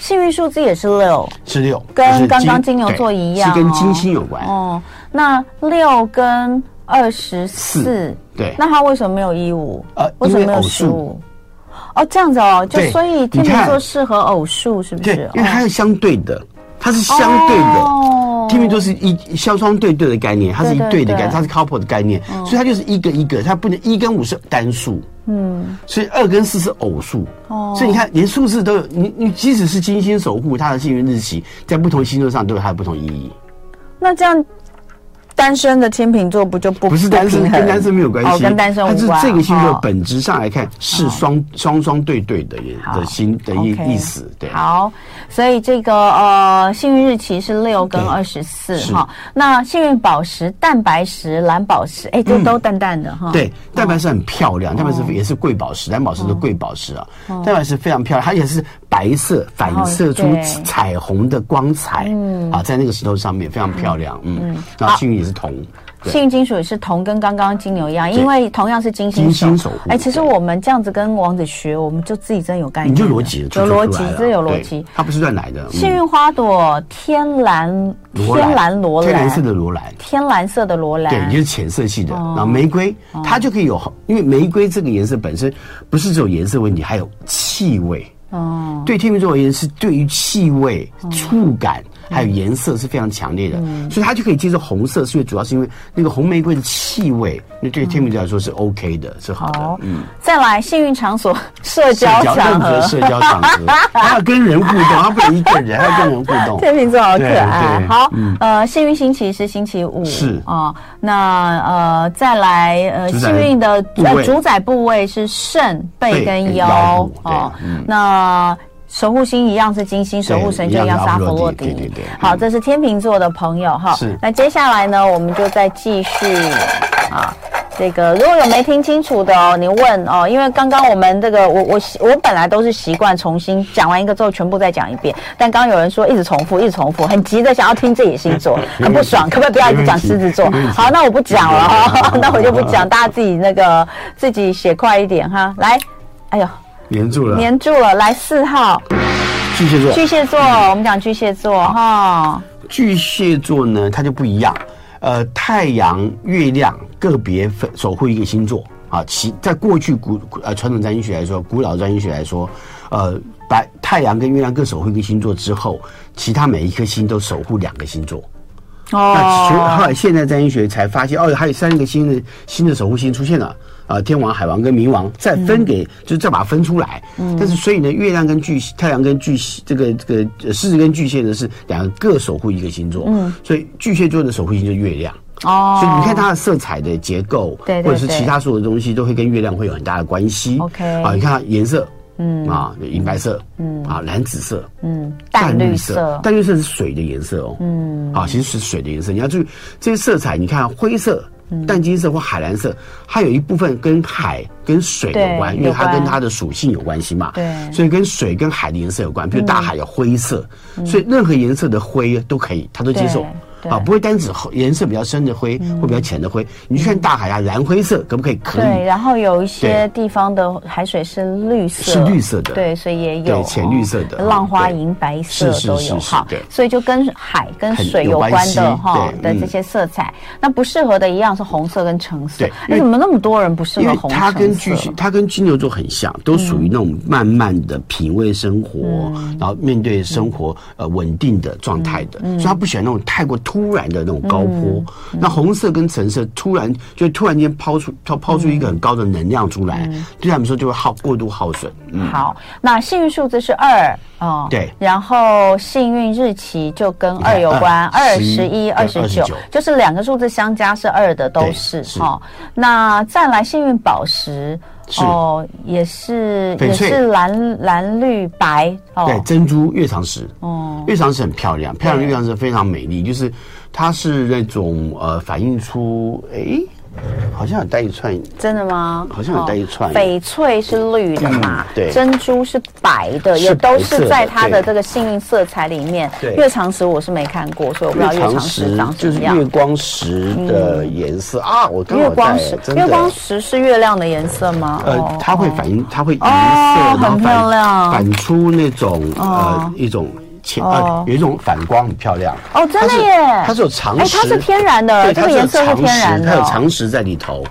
Speaker 1: 幸运数字也是六，
Speaker 2: 是六，
Speaker 1: 跟
Speaker 2: 就是金
Speaker 1: 刚刚金牛座
Speaker 2: 对
Speaker 1: 一样哦
Speaker 2: 是跟金星有关。
Speaker 1: 哦，那六跟二十四，
Speaker 2: 对
Speaker 1: 那他为什么没有一五？
Speaker 2: 呃
Speaker 1: 为什么没有
Speaker 2: 因为偶
Speaker 1: 十
Speaker 2: 数
Speaker 1: 五？哦，这样子哦，就
Speaker 2: 对
Speaker 1: 所以天
Speaker 2: 你
Speaker 1: 秤
Speaker 2: 看
Speaker 1: 座适合偶数是不
Speaker 2: 对
Speaker 1: 是，？
Speaker 2: 因为它
Speaker 1: 哦
Speaker 2: 是相对的，它是相对
Speaker 1: 哦
Speaker 2: 的。天秤座是一相双对对的概念，它是一
Speaker 1: 对对
Speaker 2: 对的概
Speaker 1: 对嗯
Speaker 2: 念，它是 couple 的概念，所以它就是一个一个，它不能一跟五是单数。嗯，所以二跟四是偶数，哦，所以你看连数字都有，你你即使是金星守护它的幸运日期，在不同星座上都有它的不同意义。
Speaker 1: 那这样单身的天秤座不就不
Speaker 2: 不是单身，
Speaker 1: 平衡
Speaker 2: 跟单身没有关系，
Speaker 1: 哦，跟单身无关。
Speaker 2: 它是这个星座
Speaker 1: 哦
Speaker 2: 本质上来看是双双双对对的也
Speaker 1: 好
Speaker 2: 的心的意
Speaker 1: OK
Speaker 2: 意思，对。
Speaker 1: 好，所以这个呃，幸运日期是六跟二十四
Speaker 2: 是
Speaker 1: 哈。那幸运宝石、蛋白石、蓝宝石，哎，这都淡淡的哈。
Speaker 2: 嗯对，蛋白石很漂
Speaker 1: 哦
Speaker 2: 亮，蛋白石也是贵宝石，蓝宝石的贵宝石啊，蛋白石非常漂亮，它也是白色反射出
Speaker 1: 然后对
Speaker 2: 彩虹的光彩，
Speaker 1: 嗯
Speaker 2: 啊，在那个石头上面非常漂亮，嗯，然后幸运也是铜，对
Speaker 1: 幸运金属也是铜，跟刚刚金牛一样，因为同样是金星
Speaker 2: 金星守护
Speaker 1: 哎，其实
Speaker 2: 对
Speaker 1: 我们这样子跟王子学，我们就自己真有概
Speaker 2: 你
Speaker 1: 念了，
Speaker 2: 就逻辑
Speaker 1: 有逻辑，这有逻，
Speaker 2: 就出出来了
Speaker 1: 辑
Speaker 2: 对。它不是乱来的，嗯
Speaker 1: 幸运花朵，天蓝，
Speaker 2: 罗
Speaker 1: 天蓝罗
Speaker 2: 天蓝色
Speaker 1: 兰，
Speaker 2: 的罗兰，
Speaker 1: 天蓝色的罗兰，
Speaker 2: 对，就是浅色系的。
Speaker 1: 哦
Speaker 2: 然后玫瑰，它就可以有好，因为玫瑰这个颜色本身不是只有颜色问题，还有气味。
Speaker 1: 哦，
Speaker 2: 对天秤座而言，是对于气味、触感还有颜色是非常强烈的，所以它就可以接受红色，是因为主要是因为那个红玫瑰的气味，那对天秤座来说是 OK 的，是好的。
Speaker 1: 好
Speaker 2: 嗯。，
Speaker 1: 再来幸运场所，社
Speaker 2: 社
Speaker 1: 交
Speaker 2: 交
Speaker 1: 场
Speaker 2: 任何
Speaker 1: 合，
Speaker 2: 社交场合， 他要跟人互动，他不能一个人，他要跟人互 动。
Speaker 1: 天秤座好可爱
Speaker 2: 对。对嗯
Speaker 1: 好，呃，幸运星期是星期五，
Speaker 2: 是
Speaker 1: 哦。那呃，再来呃，
Speaker 2: 主宰
Speaker 1: 幸运的
Speaker 2: 部
Speaker 1: 呃
Speaker 2: 位
Speaker 1: 主宰部位是肾、背
Speaker 2: 背
Speaker 1: 跟
Speaker 2: 跟腰
Speaker 1: 腰
Speaker 2: 部
Speaker 1: 哦
Speaker 2: 对嗯。
Speaker 1: 那守护星一样是金星，守护神就一样是阿
Speaker 2: 一样是
Speaker 1: 佛
Speaker 2: 阿
Speaker 1: 洛
Speaker 2: 佛洛狄对
Speaker 1: 狄
Speaker 2: 对对。
Speaker 1: 好，
Speaker 2: 嗯
Speaker 1: 这是天秤座的朋友哈
Speaker 2: 是。
Speaker 1: 那接下来呢，我们就再继续啊。这个如果有没听清楚的哦，你问哦，因为刚刚我们这个我我习我本来都是习惯重新讲完一个之后全部再讲一遍，但刚刚有人说一直重复一直重复，很急的想要听自己星 座，很不爽，可不可以不要一直讲狮子座？好，那我不讲了哈、 那我就不讲，大家自己那个自己写快一点哈。来，哎呦，
Speaker 2: 黏住了，
Speaker 1: 粘住了，来四号
Speaker 2: 巨蟹座，
Speaker 1: 巨蟹座，我们讲巨蟹座哈，
Speaker 2: 巨蟹座呢，它就不一样，呃，太阳、月亮个别分守护一个星座啊。其在过去古呃传统占星学来说，古老占星学来说，呃，把太阳跟月亮各守护一个星座之后，其他每一颗星都守护两个星座。
Speaker 1: 哦
Speaker 2: 那其实后来现代占星学才发现，哦，还有三个新的新的守护星出现了。啊，天王、海王跟冥王再
Speaker 1: 嗯
Speaker 2: 分给，就是再把它分出来。但是所以呢，月亮跟巨蟹、太阳跟巨蟹，这个这个呃狮子跟巨蟹呢是两个各守护一个星座。嗯，所以巨蟹座的守护星就是月亮。
Speaker 1: 哦
Speaker 2: 所以你看它的色彩的结构，
Speaker 1: 对对
Speaker 2: 或者是
Speaker 1: 对
Speaker 2: 其他所有的东西，都会跟月亮会有很大的关系。
Speaker 1: OK
Speaker 2: 啊，你看它颜色，嗯啊，银白色，嗯啊，蓝紫色，
Speaker 1: 嗯，淡绿色，
Speaker 2: 淡绿色是水的颜色哦。嗯，啊，其实是水的颜色。你要注意这些色彩，你看灰色、
Speaker 1: 嗯
Speaker 2: 淡金色或海蓝色，它有一部分跟海跟水
Speaker 1: 对
Speaker 2: 有关，因
Speaker 1: 有
Speaker 2: 为它
Speaker 1: 关
Speaker 2: 跟它的属性有关系嘛。
Speaker 1: 对嗯
Speaker 2: 所以跟水跟海的颜色有关，比如大海有灰色，所以任何颜色的灰都可以，它都接受。
Speaker 1: 对对嗯
Speaker 2: 啊，不会单指颜色比较深的灰或比较浅的灰，你去看大海啊，蓝灰色可不可以？可
Speaker 1: 对，
Speaker 2: 以，
Speaker 1: 然后有一些地方的海水是绿色，
Speaker 2: 是绿色的
Speaker 1: 对，所以也有
Speaker 2: 对浅绿色的
Speaker 1: 哦浪花
Speaker 2: 对
Speaker 1: 银白色
Speaker 2: 是是
Speaker 1: 都有
Speaker 2: 是是
Speaker 1: 哈
Speaker 2: 对，
Speaker 1: 所以就跟海跟
Speaker 2: 很
Speaker 1: 水
Speaker 2: 有
Speaker 1: 有关
Speaker 2: 关系
Speaker 1: 的哈
Speaker 2: 对
Speaker 1: 的
Speaker 2: 嗯
Speaker 1: 这些色彩，那不适合的一样是红色跟橙色
Speaker 2: 对，
Speaker 1: 哎，
Speaker 2: 因为
Speaker 1: 怎么那么多人不适
Speaker 2: 因
Speaker 1: 合
Speaker 2: 为
Speaker 1: 红
Speaker 2: 它
Speaker 1: 橙
Speaker 2: 跟巨
Speaker 1: 色？
Speaker 2: 蟹，它跟金牛座很像，都属于那种慢慢的品味生活，
Speaker 1: 嗯
Speaker 2: 然后面对生活呃稳定的状态的，
Speaker 1: 嗯
Speaker 2: 所以他不喜欢那种太过突然的那种高坡。那红色跟橙色突然就突然间抛出，它抛出一个很高的能量出来，
Speaker 1: 嗯
Speaker 2: 对他们说就会耗过度耗损。嗯，
Speaker 1: 好，那幸运数字是二哦，
Speaker 2: 对
Speaker 1: 然后幸运日期就跟
Speaker 2: 你看
Speaker 1: 二有关，二
Speaker 2: 啊二
Speaker 1: 十一、
Speaker 2: 11
Speaker 1: 二十九
Speaker 2: 29，
Speaker 1: 就是两个数字相加是二的都
Speaker 2: 对
Speaker 1: 是
Speaker 2: 是
Speaker 1: 哦。那再来幸运宝石
Speaker 2: 是
Speaker 1: 哦，也是
Speaker 2: 翡
Speaker 1: 也
Speaker 2: 翠
Speaker 1: 是蓝蓝绿白
Speaker 2: 对
Speaker 1: 哦，
Speaker 2: 珍珠月长石，
Speaker 1: 哦，
Speaker 2: 月长石很漂亮，漂亮的月长石非常美丽，就是它是那种呃反映出诶，好像有带一串。
Speaker 1: 真的吗？
Speaker 2: 好像有带一串
Speaker 1: 哦翡翠是绿的嘛，
Speaker 2: 嗯对
Speaker 1: 珍珠是白的，
Speaker 2: 是
Speaker 1: 也都
Speaker 2: 白色
Speaker 1: 是
Speaker 2: 的
Speaker 1: 在它的
Speaker 2: 对
Speaker 1: 这个幸运色彩里面。
Speaker 2: 对
Speaker 1: 月长石我是没看过，所以我不知道月长石长什
Speaker 2: 就
Speaker 1: 么
Speaker 2: 是
Speaker 1: 样。嗯
Speaker 2: 月光石的颜色、啊，我刚好
Speaker 1: 月光
Speaker 2: 在
Speaker 1: 石，
Speaker 2: 真的
Speaker 1: 月光石是月亮的颜色吗？
Speaker 2: 呃
Speaker 1: 哦，
Speaker 2: 它会反映，它会银色，
Speaker 1: 哦
Speaker 2: 然后
Speaker 1: 很
Speaker 2: 反
Speaker 1: 漂亮
Speaker 2: 反出那种
Speaker 1: 哦
Speaker 2: 呃一种浅
Speaker 1: 哦
Speaker 2: 呃有一种反光，很漂亮。
Speaker 1: 哦，真
Speaker 2: 它
Speaker 1: 的
Speaker 2: 是
Speaker 1: 耶！
Speaker 2: 它是有常
Speaker 1: 哎
Speaker 2: 识，
Speaker 1: 它是天然的，
Speaker 2: 对，
Speaker 1: 这
Speaker 2: 它
Speaker 1: 个
Speaker 2: 是有
Speaker 1: 颜色是
Speaker 2: 常
Speaker 1: 天然
Speaker 2: 识，它
Speaker 1: 的
Speaker 2: 有
Speaker 1: 哦。
Speaker 2: 常识在里头。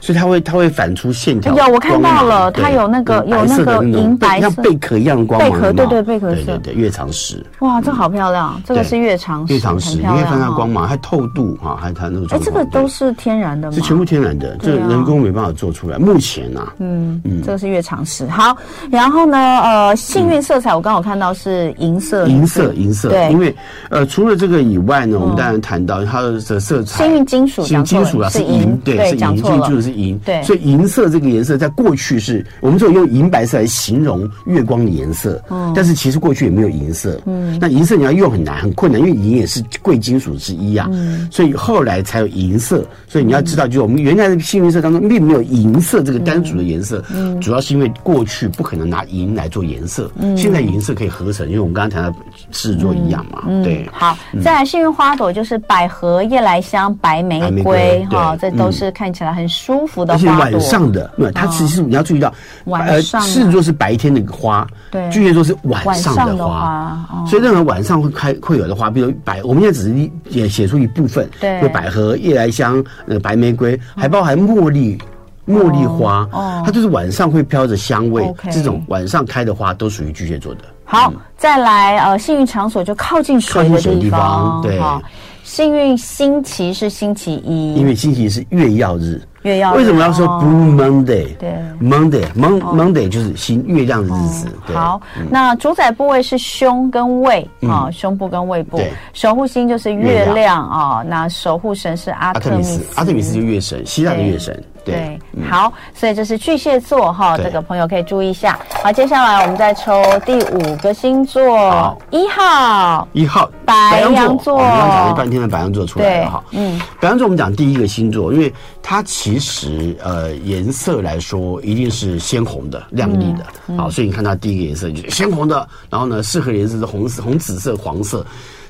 Speaker 2: 所以它会它会反出线条。
Speaker 1: 有我看到了
Speaker 2: 光
Speaker 1: 它
Speaker 2: 芒
Speaker 1: 有那个
Speaker 2: 对
Speaker 1: 有
Speaker 2: 白
Speaker 1: 那
Speaker 2: 色的
Speaker 1: 个
Speaker 2: 那
Speaker 1: 银
Speaker 2: 种
Speaker 1: 白
Speaker 2: 像
Speaker 1: 色
Speaker 2: 贝壳一样的光
Speaker 1: 贝
Speaker 2: 芒有
Speaker 1: 壳
Speaker 2: 没有。
Speaker 1: 对对贝壳
Speaker 2: 对对
Speaker 1: 色
Speaker 2: 对，月长石。
Speaker 1: 哇，这好漂亮！这个
Speaker 2: 对
Speaker 1: 是月长石，
Speaker 2: 月长石，
Speaker 1: 很
Speaker 2: 你
Speaker 1: 漂
Speaker 2: 可以
Speaker 1: 亮
Speaker 2: 看它光
Speaker 1: 哦。
Speaker 2: 芒，它透度啊，还有它那个
Speaker 1: 哎，
Speaker 2: 状况。
Speaker 1: 这个都
Speaker 2: 对
Speaker 1: 是天然的吗？
Speaker 2: 是全部天然的，这
Speaker 1: 对啊
Speaker 2: 人工没办法做出来。目前啊，
Speaker 1: 嗯，这个是月长石。好，然后呢，呃，幸运色彩我刚好看到是银色，
Speaker 2: 嗯银色，银色
Speaker 1: 对，嗯
Speaker 2: 因为呃，除了这个以外呢，我们当然谈到它的色彩，
Speaker 1: 幸运金属讲
Speaker 2: 金
Speaker 1: 错
Speaker 2: 金
Speaker 1: 了
Speaker 2: 属啊
Speaker 1: 是
Speaker 2: 是银
Speaker 1: 银，对
Speaker 2: 对，是
Speaker 1: 讲
Speaker 2: 银，
Speaker 1: 错
Speaker 2: 金
Speaker 1: 了
Speaker 2: 属是银，
Speaker 1: 对
Speaker 2: 所以银色这个颜色在过去是我们只有用银白色来形容月光的颜色，但是其实过去也没有银色，嗯，那银色你要用很难，很困难，因为银也是贵金属之一啊，所以后来才有银色，所以你要知道，就是我们原来的幸运色当中并没有银色这个单独的颜色，主要是因为过去不可能拿银来做颜色，现在银色可以合成，因为我们刚刚谈到制作一样嘛，对。嗯
Speaker 1: 好，再来幸运花朵就是百合、夜来香、白玫
Speaker 2: 白玫
Speaker 1: 瑰
Speaker 2: 瑰，
Speaker 1: 哈，这
Speaker 2: 对嗯
Speaker 1: 都是看起来很舒服的
Speaker 2: 而且
Speaker 1: 花朵嗯
Speaker 2: 晚。上的，那它其实你要注意到，
Speaker 1: 晚上啊
Speaker 2: 狮子座是白天的花，
Speaker 1: 对
Speaker 2: 巨蟹座是晚
Speaker 1: 晚
Speaker 2: 上
Speaker 1: 上
Speaker 2: 的
Speaker 1: 的
Speaker 2: 花。
Speaker 1: 花，哦
Speaker 2: 所以任何晚上会开会有的花，比如百，我们现在只是一也写出一部分，
Speaker 1: 对
Speaker 2: 就百合、夜来香、呃白玫瑰，还包含茉莉。茉莉花，
Speaker 1: 哦
Speaker 2: 它就是晚上会飘着香味
Speaker 1: OK
Speaker 2: 这种晚上开的花都属于巨蟹座的。
Speaker 1: 好，再来呃，幸运场所就靠近水的
Speaker 2: 嗯靠近水的
Speaker 1: 地
Speaker 2: 地
Speaker 1: 方，
Speaker 2: 方对
Speaker 1: 哈幸运星期是星期一，
Speaker 2: 因为星期一是月曜日，
Speaker 1: 月曜日
Speaker 2: 为什么要说
Speaker 1: 嗯哦
Speaker 2: Blue Monday？
Speaker 1: 对哦
Speaker 2: ，Monday，Mon Monday 就是新月亮的日子。对嗯
Speaker 1: 好，那主宰部位是胸跟胃啊，胸部跟胃部
Speaker 2: 对。
Speaker 1: 守护星就是月
Speaker 2: 月亮
Speaker 1: 亮啊，那守护神是阿
Speaker 2: 阿
Speaker 1: 特
Speaker 2: 特
Speaker 1: 密
Speaker 2: 米
Speaker 1: 斯
Speaker 2: 斯，，阿特米斯就是月神，希腊的月神。对嗯
Speaker 1: 对，，好，所以这是巨蟹座哈，
Speaker 2: 对
Speaker 1: 这个朋友可以注意一下。好，接下来我们再抽第五个星座
Speaker 2: 好，
Speaker 1: 一号，
Speaker 2: 一号
Speaker 1: 白羊座
Speaker 2: 哦我们刚刚讲了半天的白羊座出来了哈。
Speaker 1: 对嗯
Speaker 2: 嗯，白羊座我们讲第一个星座，因为它其实呃颜色来说一定是鲜红的、亮丽的，好，所以你看它第一个颜色就是鲜红的，然后呢适合的颜色是红色、红紫色、黄色。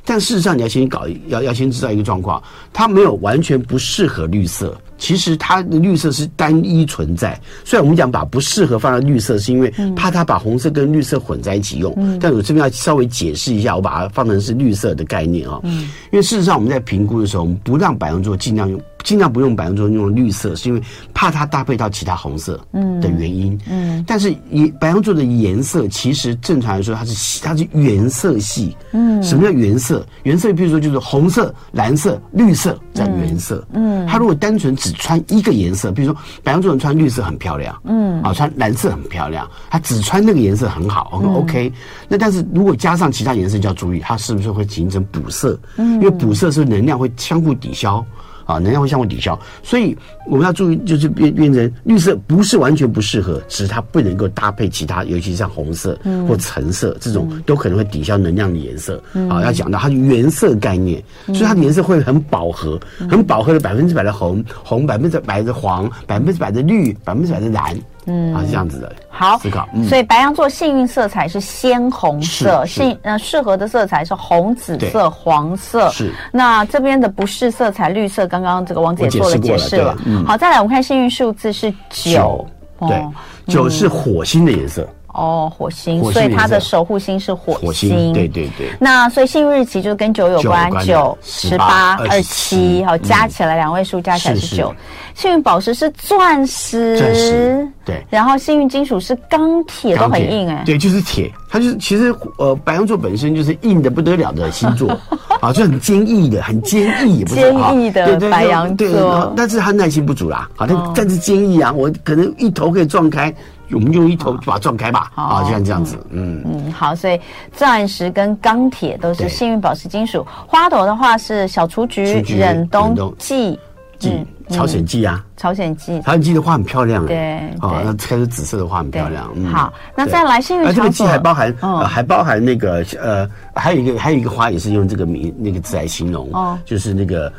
Speaker 2: 但事实上，你要先搞一，要要先知道一个状况，它没有完全不适合绿色。其实它的绿色是单一存在，虽然我们讲把不适合放在绿色，是因为怕它把红色跟绿色混在一起用。但我这边要稍微解释一下，我把它放成是绿色的概念啊、因为事实上我们在评估的时候，我们不让白羊座尽量用。尽量不用白羊座用绿色，是因为怕它搭配到其他红色的原因。嗯，但是以白羊座的颜色，其实正常来说它是系它是原色系。嗯，什么叫原色？原色，比如说就是红色、蓝色、绿色叫原色。嗯，它如果单纯只穿一个颜色，比如说白羊座人穿绿色很漂亮，嗯，啊穿蓝色很漂亮，他只穿那个颜色很好，很 OK。那但是如果加上其他颜色，就要注意它是不是会形成补色，因为补色是能量会相互抵消。啊，能量会相互抵消，所以我们要注意，就是变变成绿色不是完全不适合，只是它不能够搭配其他，尤其是像红色或橙色这种，都可能会抵消能量的颜色。啊，要讲到它的原色概念，所以它的颜色会很饱和，很饱和的百分之百的红，红百分之百的黄，百分之百的绿，百分之百的蓝，嗯，啊，是这样子的。
Speaker 1: 好
Speaker 2: 思考，嗯
Speaker 1: 所以白羊座幸运色彩是鲜红色，
Speaker 2: 是是
Speaker 1: 幸呃适合的色彩是红、紫色、
Speaker 2: 对
Speaker 1: 黄色。
Speaker 2: 是
Speaker 1: 那这边的不适色彩绿色，刚刚这个王姐
Speaker 2: 我解
Speaker 1: 做了
Speaker 2: 释过
Speaker 1: 解
Speaker 2: 了
Speaker 1: 释
Speaker 2: 对嗯
Speaker 1: 了。好，再来我们看幸运数字是九
Speaker 2: 九，，对
Speaker 1: 哦，
Speaker 2: 九是火星的颜色，
Speaker 1: 哦，火星，
Speaker 2: 火星
Speaker 1: 所以它的
Speaker 2: 颜色
Speaker 1: 守护星是火
Speaker 2: 火
Speaker 1: 星。
Speaker 2: 星，对对对。
Speaker 1: 那所以幸运日期就是跟九有关，
Speaker 2: 九有
Speaker 1: 九、
Speaker 2: 关
Speaker 1: 十八、
Speaker 2: 18
Speaker 1: 二七，
Speaker 2: 27
Speaker 1: 好，加起来两位数加起来
Speaker 2: 是
Speaker 1: 是
Speaker 2: 嗯是
Speaker 1: 九。幸运宝石是钻石，
Speaker 2: 钻石对
Speaker 1: 然后幸运金属是钢铁，都
Speaker 2: 钢
Speaker 1: 很
Speaker 2: 铁
Speaker 1: 硬哎、
Speaker 2: 对，就是铁，它就是其实呃，白羊座本身就是硬的不得了的星 座啊，就很坚毅的，很坚毅，也不是
Speaker 1: 坚
Speaker 2: 啊
Speaker 1: 毅的
Speaker 2: 对对
Speaker 1: 白羊
Speaker 2: 对，
Speaker 1: 座哦
Speaker 2: 然后但是他耐心不足啦，啊，但但是坚毅啊，我可能一头可以撞开，我们用一头把它撞开吧，啊，就像这样子，嗯，
Speaker 1: 嗯，好，所以钻石跟钢铁都是
Speaker 2: 对
Speaker 1: 幸运宝石金属。花朵的话是小雏菊
Speaker 2: 雏、菊
Speaker 1: 忍冬
Speaker 2: 忍冬
Speaker 1: 季、嗯
Speaker 2: 记朝鲜记啊，
Speaker 1: 朝鲜季。
Speaker 2: 朝鲜记的花很漂亮，
Speaker 1: 对
Speaker 2: 啊
Speaker 1: 对，
Speaker 2: 那开始紫色的花很
Speaker 1: 对
Speaker 2: 漂亮，，嗯
Speaker 1: 好，那
Speaker 2: 对
Speaker 1: 再来幸运
Speaker 2: 而啊这个
Speaker 1: 场
Speaker 2: 季
Speaker 1: 所，
Speaker 2: 还包含、
Speaker 1: 嗯
Speaker 2: 呃，还包含那个呃，还有一个还有一个花也是用这个名那个字来形容，
Speaker 1: 哦
Speaker 2: 就是那个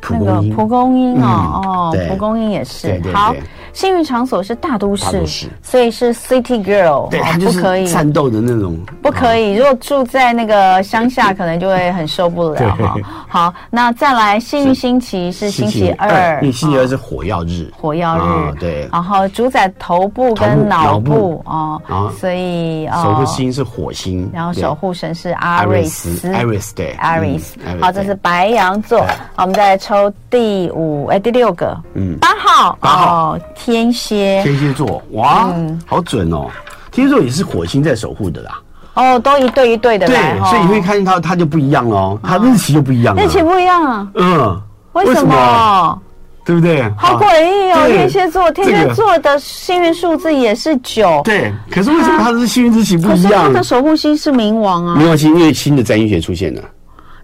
Speaker 2: 蒲
Speaker 1: 那
Speaker 2: 公
Speaker 1: 个
Speaker 2: 英。
Speaker 1: 蒲公英哦，
Speaker 2: 嗯
Speaker 1: 哦，
Speaker 2: 对
Speaker 1: 蒲公英也是
Speaker 2: 对对
Speaker 1: 好
Speaker 2: 对。
Speaker 1: 幸运场所是大都市，
Speaker 2: 大都市
Speaker 1: 所以是 City Girl，
Speaker 2: 对，
Speaker 1: 哦
Speaker 2: 它就
Speaker 1: 不可
Speaker 2: 是嗯
Speaker 1: 以。
Speaker 2: 战斗的那种，
Speaker 1: 不可以，如果住在那个乡下， 可能就会很受不了哈。好，那再来幸运星期是星期二，
Speaker 2: 因为星期
Speaker 1: 哦
Speaker 2: 二是火药日，
Speaker 1: 火药日、
Speaker 2: 啊对
Speaker 1: 然后主宰头部
Speaker 2: 头
Speaker 1: 跟
Speaker 2: 部
Speaker 1: 脑
Speaker 2: 脑
Speaker 1: 部
Speaker 2: 部
Speaker 1: 哦
Speaker 2: 然后，
Speaker 1: 所以哦，
Speaker 2: 守护星是火星，
Speaker 1: 然后
Speaker 2: 对
Speaker 1: 守护神是阿
Speaker 2: 阿
Speaker 1: 瑞
Speaker 2: 瑞
Speaker 1: 斯
Speaker 2: 斯，阿瑞斯对，
Speaker 1: 阿瑞斯
Speaker 2: 嗯，
Speaker 1: 好，这是白羊座。好，我们再来抽第五，哎，第六个，嗯，八号，
Speaker 2: 八号
Speaker 1: 哦，天蝎，
Speaker 2: 天蝎座，哇，
Speaker 1: 嗯
Speaker 2: 好准哦！天蝎座也是火星在守护的啦，
Speaker 1: 哦，都一对一对的
Speaker 2: 对
Speaker 1: 来，哦
Speaker 2: 所以你会看到它就不一样哦，它日期就不一样了，
Speaker 1: 日期不一样，
Speaker 2: 嗯，
Speaker 1: 为什么？
Speaker 2: 对不对？
Speaker 1: 好
Speaker 2: 啊
Speaker 1: 诡异哦，
Speaker 2: 对
Speaker 1: 天蝎座，天
Speaker 2: 这
Speaker 1: 蝎
Speaker 2: 个
Speaker 1: 座的幸运数字也是九，
Speaker 2: 对，可是为什么它的幸运之期不
Speaker 1: 可
Speaker 2: 一
Speaker 1: 是它
Speaker 2: 样？嗯
Speaker 1: 的守护星是冥王啊
Speaker 2: 没。关系，因为新的占星学出现了，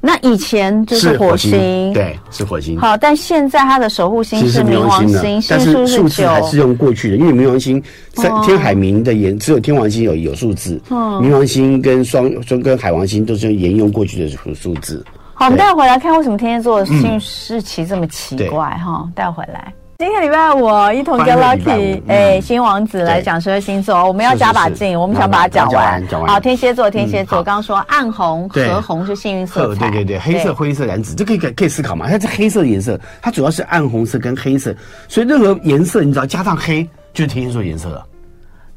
Speaker 1: 那以前就是火星，。
Speaker 2: 对，是火星。
Speaker 1: 好，但现在它的守护星
Speaker 2: 嗯其实
Speaker 1: 是冥王星，
Speaker 2: 但
Speaker 1: 星
Speaker 2: 是
Speaker 1: 数是
Speaker 2: 数字
Speaker 1: 九哦
Speaker 2: 还，是用过去的，因为冥王星在天海冥的沿，只有天王星有有数字，
Speaker 1: 嗯
Speaker 2: 冥王星跟双双跟海王星都是沿用过去的数数字。
Speaker 1: 好，我们待会回来看为什么天蝎座的幸运日期这么奇怪哈，待会回来。今天礼拜五，一同跟
Speaker 2: 欢迎礼嗯拜五
Speaker 1: Lucky
Speaker 2: 嗯
Speaker 1: 哎新王子来
Speaker 2: 对
Speaker 1: 讲十二星座，我们要
Speaker 2: 是是
Speaker 1: 加把
Speaker 2: 是
Speaker 1: 劲，我们想把它讲
Speaker 2: 讲完
Speaker 1: 完。
Speaker 2: 讲完
Speaker 1: 好，天蝎座，天蝎
Speaker 2: 嗯
Speaker 1: 座，
Speaker 2: 好
Speaker 1: 刚刚说暗红、
Speaker 2: 对
Speaker 1: 和红是幸运色
Speaker 2: 褐，
Speaker 1: 彩，
Speaker 2: 对对对，黑色、灰色、蓝紫，这可以可以思考嘛？它是黑色的颜色，它主要是暗红色跟黑色，所以任何颜色你只要加上黑，就是天蝎座颜色了。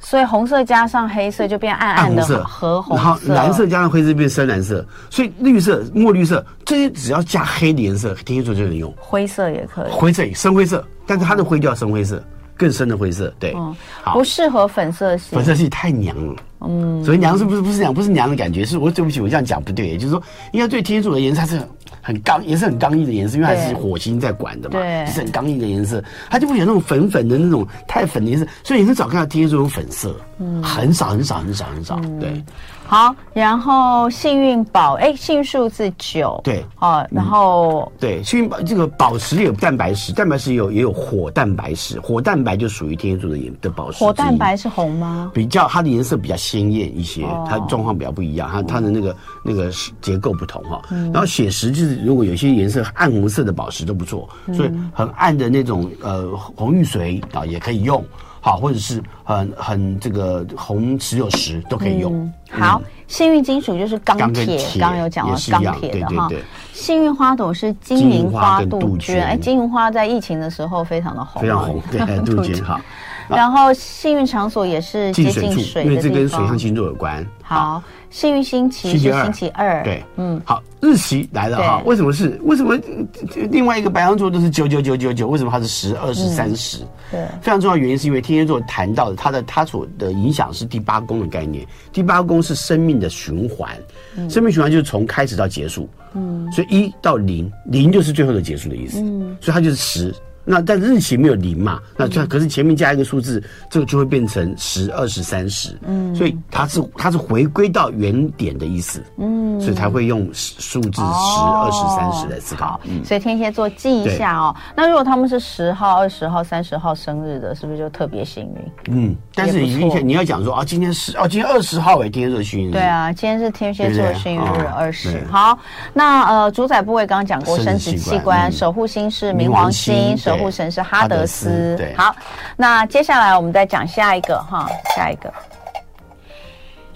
Speaker 1: 所以红色加上黑色就变暗
Speaker 2: 暗
Speaker 1: 暗
Speaker 2: 红
Speaker 1: 的
Speaker 2: 色
Speaker 1: 和红
Speaker 2: 然后
Speaker 1: 色，
Speaker 2: 蓝色加上灰色变深蓝色，所以绿色、墨绿色这些只要加黑的颜色，天蝎座就能用。
Speaker 1: 灰色也可以，
Speaker 2: 灰色、深灰色，但是它的灰就要深灰色，更深的灰色。对，
Speaker 1: 哦
Speaker 2: 好
Speaker 1: 不，适合粉色系
Speaker 2: 粉。色系太娘了。嗯，所以娘是不是不是娘不是娘的感觉？是我对不起，我这样讲不对。就是说，应该对天蝎座的颜色它是很刚，也是很刚毅的颜色，因为它
Speaker 1: 对
Speaker 2: 是火星在管的嘛，
Speaker 1: 对
Speaker 2: 就是很刚毅的颜色，它就不喜欢那种粉粉的那种太粉的颜色。所以你很少看到天蝎座有粉色，嗯，很少很少很少很少。
Speaker 1: 嗯
Speaker 2: 对，
Speaker 1: 好，然后幸运宝，哎，幸运数字九，
Speaker 2: 对嗯
Speaker 1: 哦，然后
Speaker 2: 对，幸运宝这个宝石也有蛋白石，蛋白石也有也有火蛋白石，火蛋白就属于天蝎座的颜的宝石之一。
Speaker 1: 火蛋白是红吗？
Speaker 2: 比较它的颜色比较鲜艳一些
Speaker 1: 哦，
Speaker 2: 它状况比较不一样，它它的那个那个结构不同哈。
Speaker 1: 嗯
Speaker 2: 然后血石就是如果有些颜色暗红色的宝石都不错，
Speaker 1: 嗯
Speaker 2: 所以很暗的那种呃红玉髓啊也可以用，好或者是很很这个红石榴石都可以
Speaker 1: 嗯
Speaker 2: 用。
Speaker 1: 好，幸运金属就是钢
Speaker 2: 嗯钢跟
Speaker 1: 铁，
Speaker 2: 铁
Speaker 1: 刚刚有讲到
Speaker 2: 也是一
Speaker 1: 钢
Speaker 2: 样
Speaker 1: 铁
Speaker 2: 对
Speaker 1: 的
Speaker 2: 对
Speaker 1: 哈
Speaker 2: 对。
Speaker 1: 幸运花朵是金
Speaker 2: 金
Speaker 1: 银
Speaker 2: 银花
Speaker 1: 花
Speaker 2: 跟
Speaker 1: 杜
Speaker 2: 杜
Speaker 1: 鹃，
Speaker 2: 鹃
Speaker 1: 哎，金银花在疫情的时候非常的红，，
Speaker 2: 非常红，对 杜鹃哈，
Speaker 1: 然后幸运场所也是接
Speaker 2: 进水
Speaker 1: 近
Speaker 2: 处，
Speaker 1: 水
Speaker 2: 因为
Speaker 1: 的
Speaker 2: 这
Speaker 1: 地
Speaker 2: 跟水
Speaker 1: 方
Speaker 2: 象。星座有关。
Speaker 1: 好，幸运星期
Speaker 2: 星期
Speaker 1: 是
Speaker 2: 二
Speaker 1: 星期二，
Speaker 2: 对，嗯，好，日期来了哈。
Speaker 1: 对
Speaker 2: 为什么是？为什么呃另外一个白羊座都是九九九九九？为什么它是十、二十、三十？
Speaker 1: 对
Speaker 2: 非常重要的原因是因为天蝎座谈到的它的它所的影响是第八宫的概念。第八宫是生命的循环，
Speaker 1: 嗯
Speaker 2: 生命循环就是从开始到结束。嗯，所以一到零，零就是最后的结束的意思。嗯，所以它就是十。那但日期没有零嘛？那
Speaker 1: 嗯
Speaker 2: 这可是前面加一个数字，这个就会变成十、二十、三十。嗯，所以它是它是回归到原点的意思。嗯，所以才会用数字十、二十、三十来思考
Speaker 1: 哦好。所以天蝎座记一下哦。那如果他们是十号、二十号、三十号生日的，是不是就特别幸运？
Speaker 2: 嗯，但是
Speaker 1: 也不
Speaker 2: 你
Speaker 1: 错
Speaker 2: 你要讲说啊，今天十哦，今天二十号哎，天蝎座幸运日
Speaker 1: 对啊，今天是天蝎座
Speaker 2: 对不对
Speaker 1: 幸运日
Speaker 2: 哦
Speaker 1: 二十
Speaker 2: 对。
Speaker 1: 好，那呃，主宰部位刚刚讲过，生
Speaker 2: 生殖
Speaker 1: 殖
Speaker 2: 器
Speaker 1: 器
Speaker 2: 官
Speaker 1: 官，
Speaker 2: 嗯
Speaker 1: 守护星是
Speaker 2: 冥
Speaker 1: 冥
Speaker 2: 王
Speaker 1: 王星，
Speaker 2: 星
Speaker 1: 守护
Speaker 2: 对
Speaker 1: 神是哈
Speaker 2: 哈
Speaker 1: 德
Speaker 2: 德
Speaker 1: 斯
Speaker 2: 斯。对
Speaker 1: 好，那接下来我们再讲下一个哈，下一个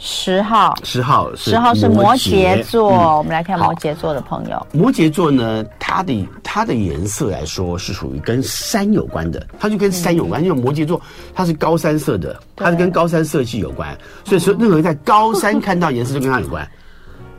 Speaker 1: 十号，
Speaker 2: 十号是
Speaker 1: 十号是摩羯座，
Speaker 2: 嗯
Speaker 1: 我们来看
Speaker 2: 好
Speaker 1: 摩羯座的朋友。
Speaker 2: 摩羯座呢，它的它的颜色来说是属于跟山有关的，它就跟山有关，
Speaker 1: 嗯
Speaker 2: 因为摩羯座它是高山色的，它是跟高山色系有关，所以
Speaker 1: 哦
Speaker 2: 说任何在高山看到颜色就跟它有 关。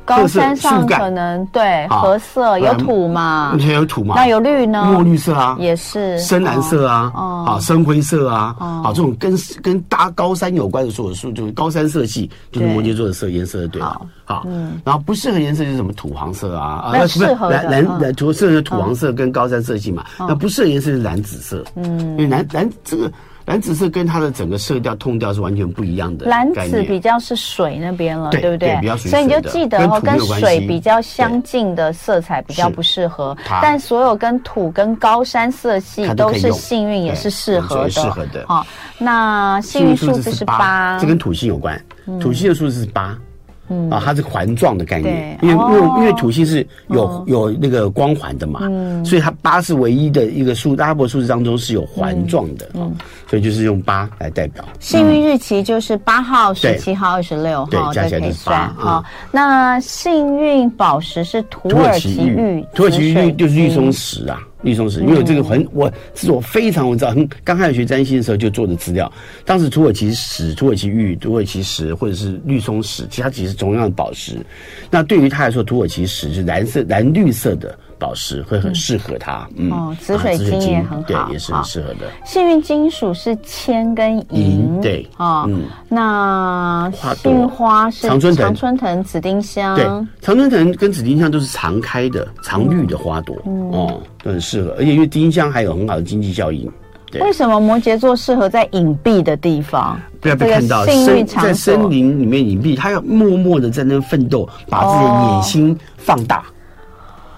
Speaker 1: 高
Speaker 2: 特色
Speaker 1: 山上
Speaker 2: 树干
Speaker 1: 可能对
Speaker 2: 好
Speaker 1: 褐色有
Speaker 2: 嗯
Speaker 1: 土嘛
Speaker 2: 你，看有土嘛，
Speaker 1: 啊那有绿呢？
Speaker 2: 墨绿色啊，
Speaker 1: 也是
Speaker 2: 深蓝色啊，
Speaker 1: 哦
Speaker 2: 啊深灰色啊，啊这种跟跟大高山有关的所有树，就是高山色系，就是
Speaker 1: 对
Speaker 2: 摩羯座的色颜色的对了
Speaker 1: 好。嗯
Speaker 2: 好，然后不适合颜色就是什么土黄色啊，啊
Speaker 1: 那
Speaker 2: 不是不是
Speaker 1: 适合的
Speaker 2: 蓝蓝
Speaker 1: 嗯
Speaker 2: 蓝土适合土黄色跟高山色系嘛，那不适合颜色就是蓝紫色，嗯，因为蓝蓝这个蓝紫色跟它的整个色调痛调是完全不一样的
Speaker 1: 蓝
Speaker 2: 概
Speaker 1: 紫
Speaker 2: 念。
Speaker 1: 比较是水那边了，
Speaker 2: 对
Speaker 1: 不对
Speaker 2: 对比较？属于
Speaker 1: 所以你就
Speaker 2: 水的
Speaker 1: 记得
Speaker 2: 跟
Speaker 1: 哦，
Speaker 2: 土
Speaker 1: 跟
Speaker 2: 没有关
Speaker 1: 水
Speaker 2: 系
Speaker 1: 比较相近的色彩比较
Speaker 2: 是
Speaker 1: 不适合
Speaker 2: 它，
Speaker 1: 但所有跟土跟高山色系
Speaker 2: 它都
Speaker 1: 都
Speaker 2: 可以
Speaker 1: 是
Speaker 2: 用
Speaker 1: 幸运，也
Speaker 2: 对
Speaker 1: 是适合的。
Speaker 2: 也是适合的
Speaker 1: 好，那幸运数字是八，嗯
Speaker 2: 这跟土星有关，土星的数字是八，嗯啊，它是环状的概念，
Speaker 1: 对
Speaker 2: 因为因为
Speaker 1: 哦
Speaker 2: 因为土星是有有那个光环的嘛，
Speaker 1: 嗯
Speaker 2: 所以它八是唯一的一个数阿拉伯数字当中是有环状的，嗯，所以就是用八来代表。
Speaker 1: 幸运日期就是八号、十
Speaker 2: 对
Speaker 1: 七号、二十六
Speaker 2: 对
Speaker 1: 号
Speaker 2: 加
Speaker 1: 都
Speaker 2: 起
Speaker 1: 可
Speaker 2: 来
Speaker 1: 以
Speaker 2: 就是八嗯
Speaker 1: 算啊。那幸运宝石是土
Speaker 2: 土
Speaker 1: 耳
Speaker 2: 耳其
Speaker 1: 其
Speaker 2: 玉
Speaker 1: 玉，，嗯
Speaker 2: 土耳其
Speaker 1: 紫
Speaker 2: 玉
Speaker 1: 水
Speaker 2: 就是绿
Speaker 1: 晶
Speaker 2: 松石啊，绿松石，因为这个很我是我非常我知道，很刚开始学占星的时候就做的资料。当时土耳其石、土耳其玉、土耳其石或者是绿松石，其实它其实是同样的宝石。那对于它来说，土耳其石是蓝色、蓝绿色的宝石，会很适合它。嗯
Speaker 1: 哦紫水晶也很
Speaker 2: 对
Speaker 1: 好，
Speaker 2: 也是
Speaker 1: 好
Speaker 2: 很适合的。
Speaker 1: 幸运金属是铅跟银，
Speaker 2: 银对嗯
Speaker 1: 哦，那
Speaker 2: 花
Speaker 1: 幸运
Speaker 2: 朵
Speaker 1: 花是
Speaker 2: 常春藤
Speaker 1: 常春藤、紫丁香，
Speaker 2: 对，常春藤跟紫丁香都是常开的、常绿的花朵，
Speaker 1: 嗯
Speaker 2: 哦，都很适合。而且因为丁香还有很好的经济效应。对。
Speaker 1: 为什么摩羯座适合在隐蔽的地方？
Speaker 2: 不要
Speaker 1: 这
Speaker 2: 被
Speaker 1: 个
Speaker 2: 看到，
Speaker 1: 幸运
Speaker 2: 森
Speaker 1: 场
Speaker 2: 在
Speaker 1: 所
Speaker 2: 森林里面隐蔽，他要默默的在那奋斗，把自己的野心放大。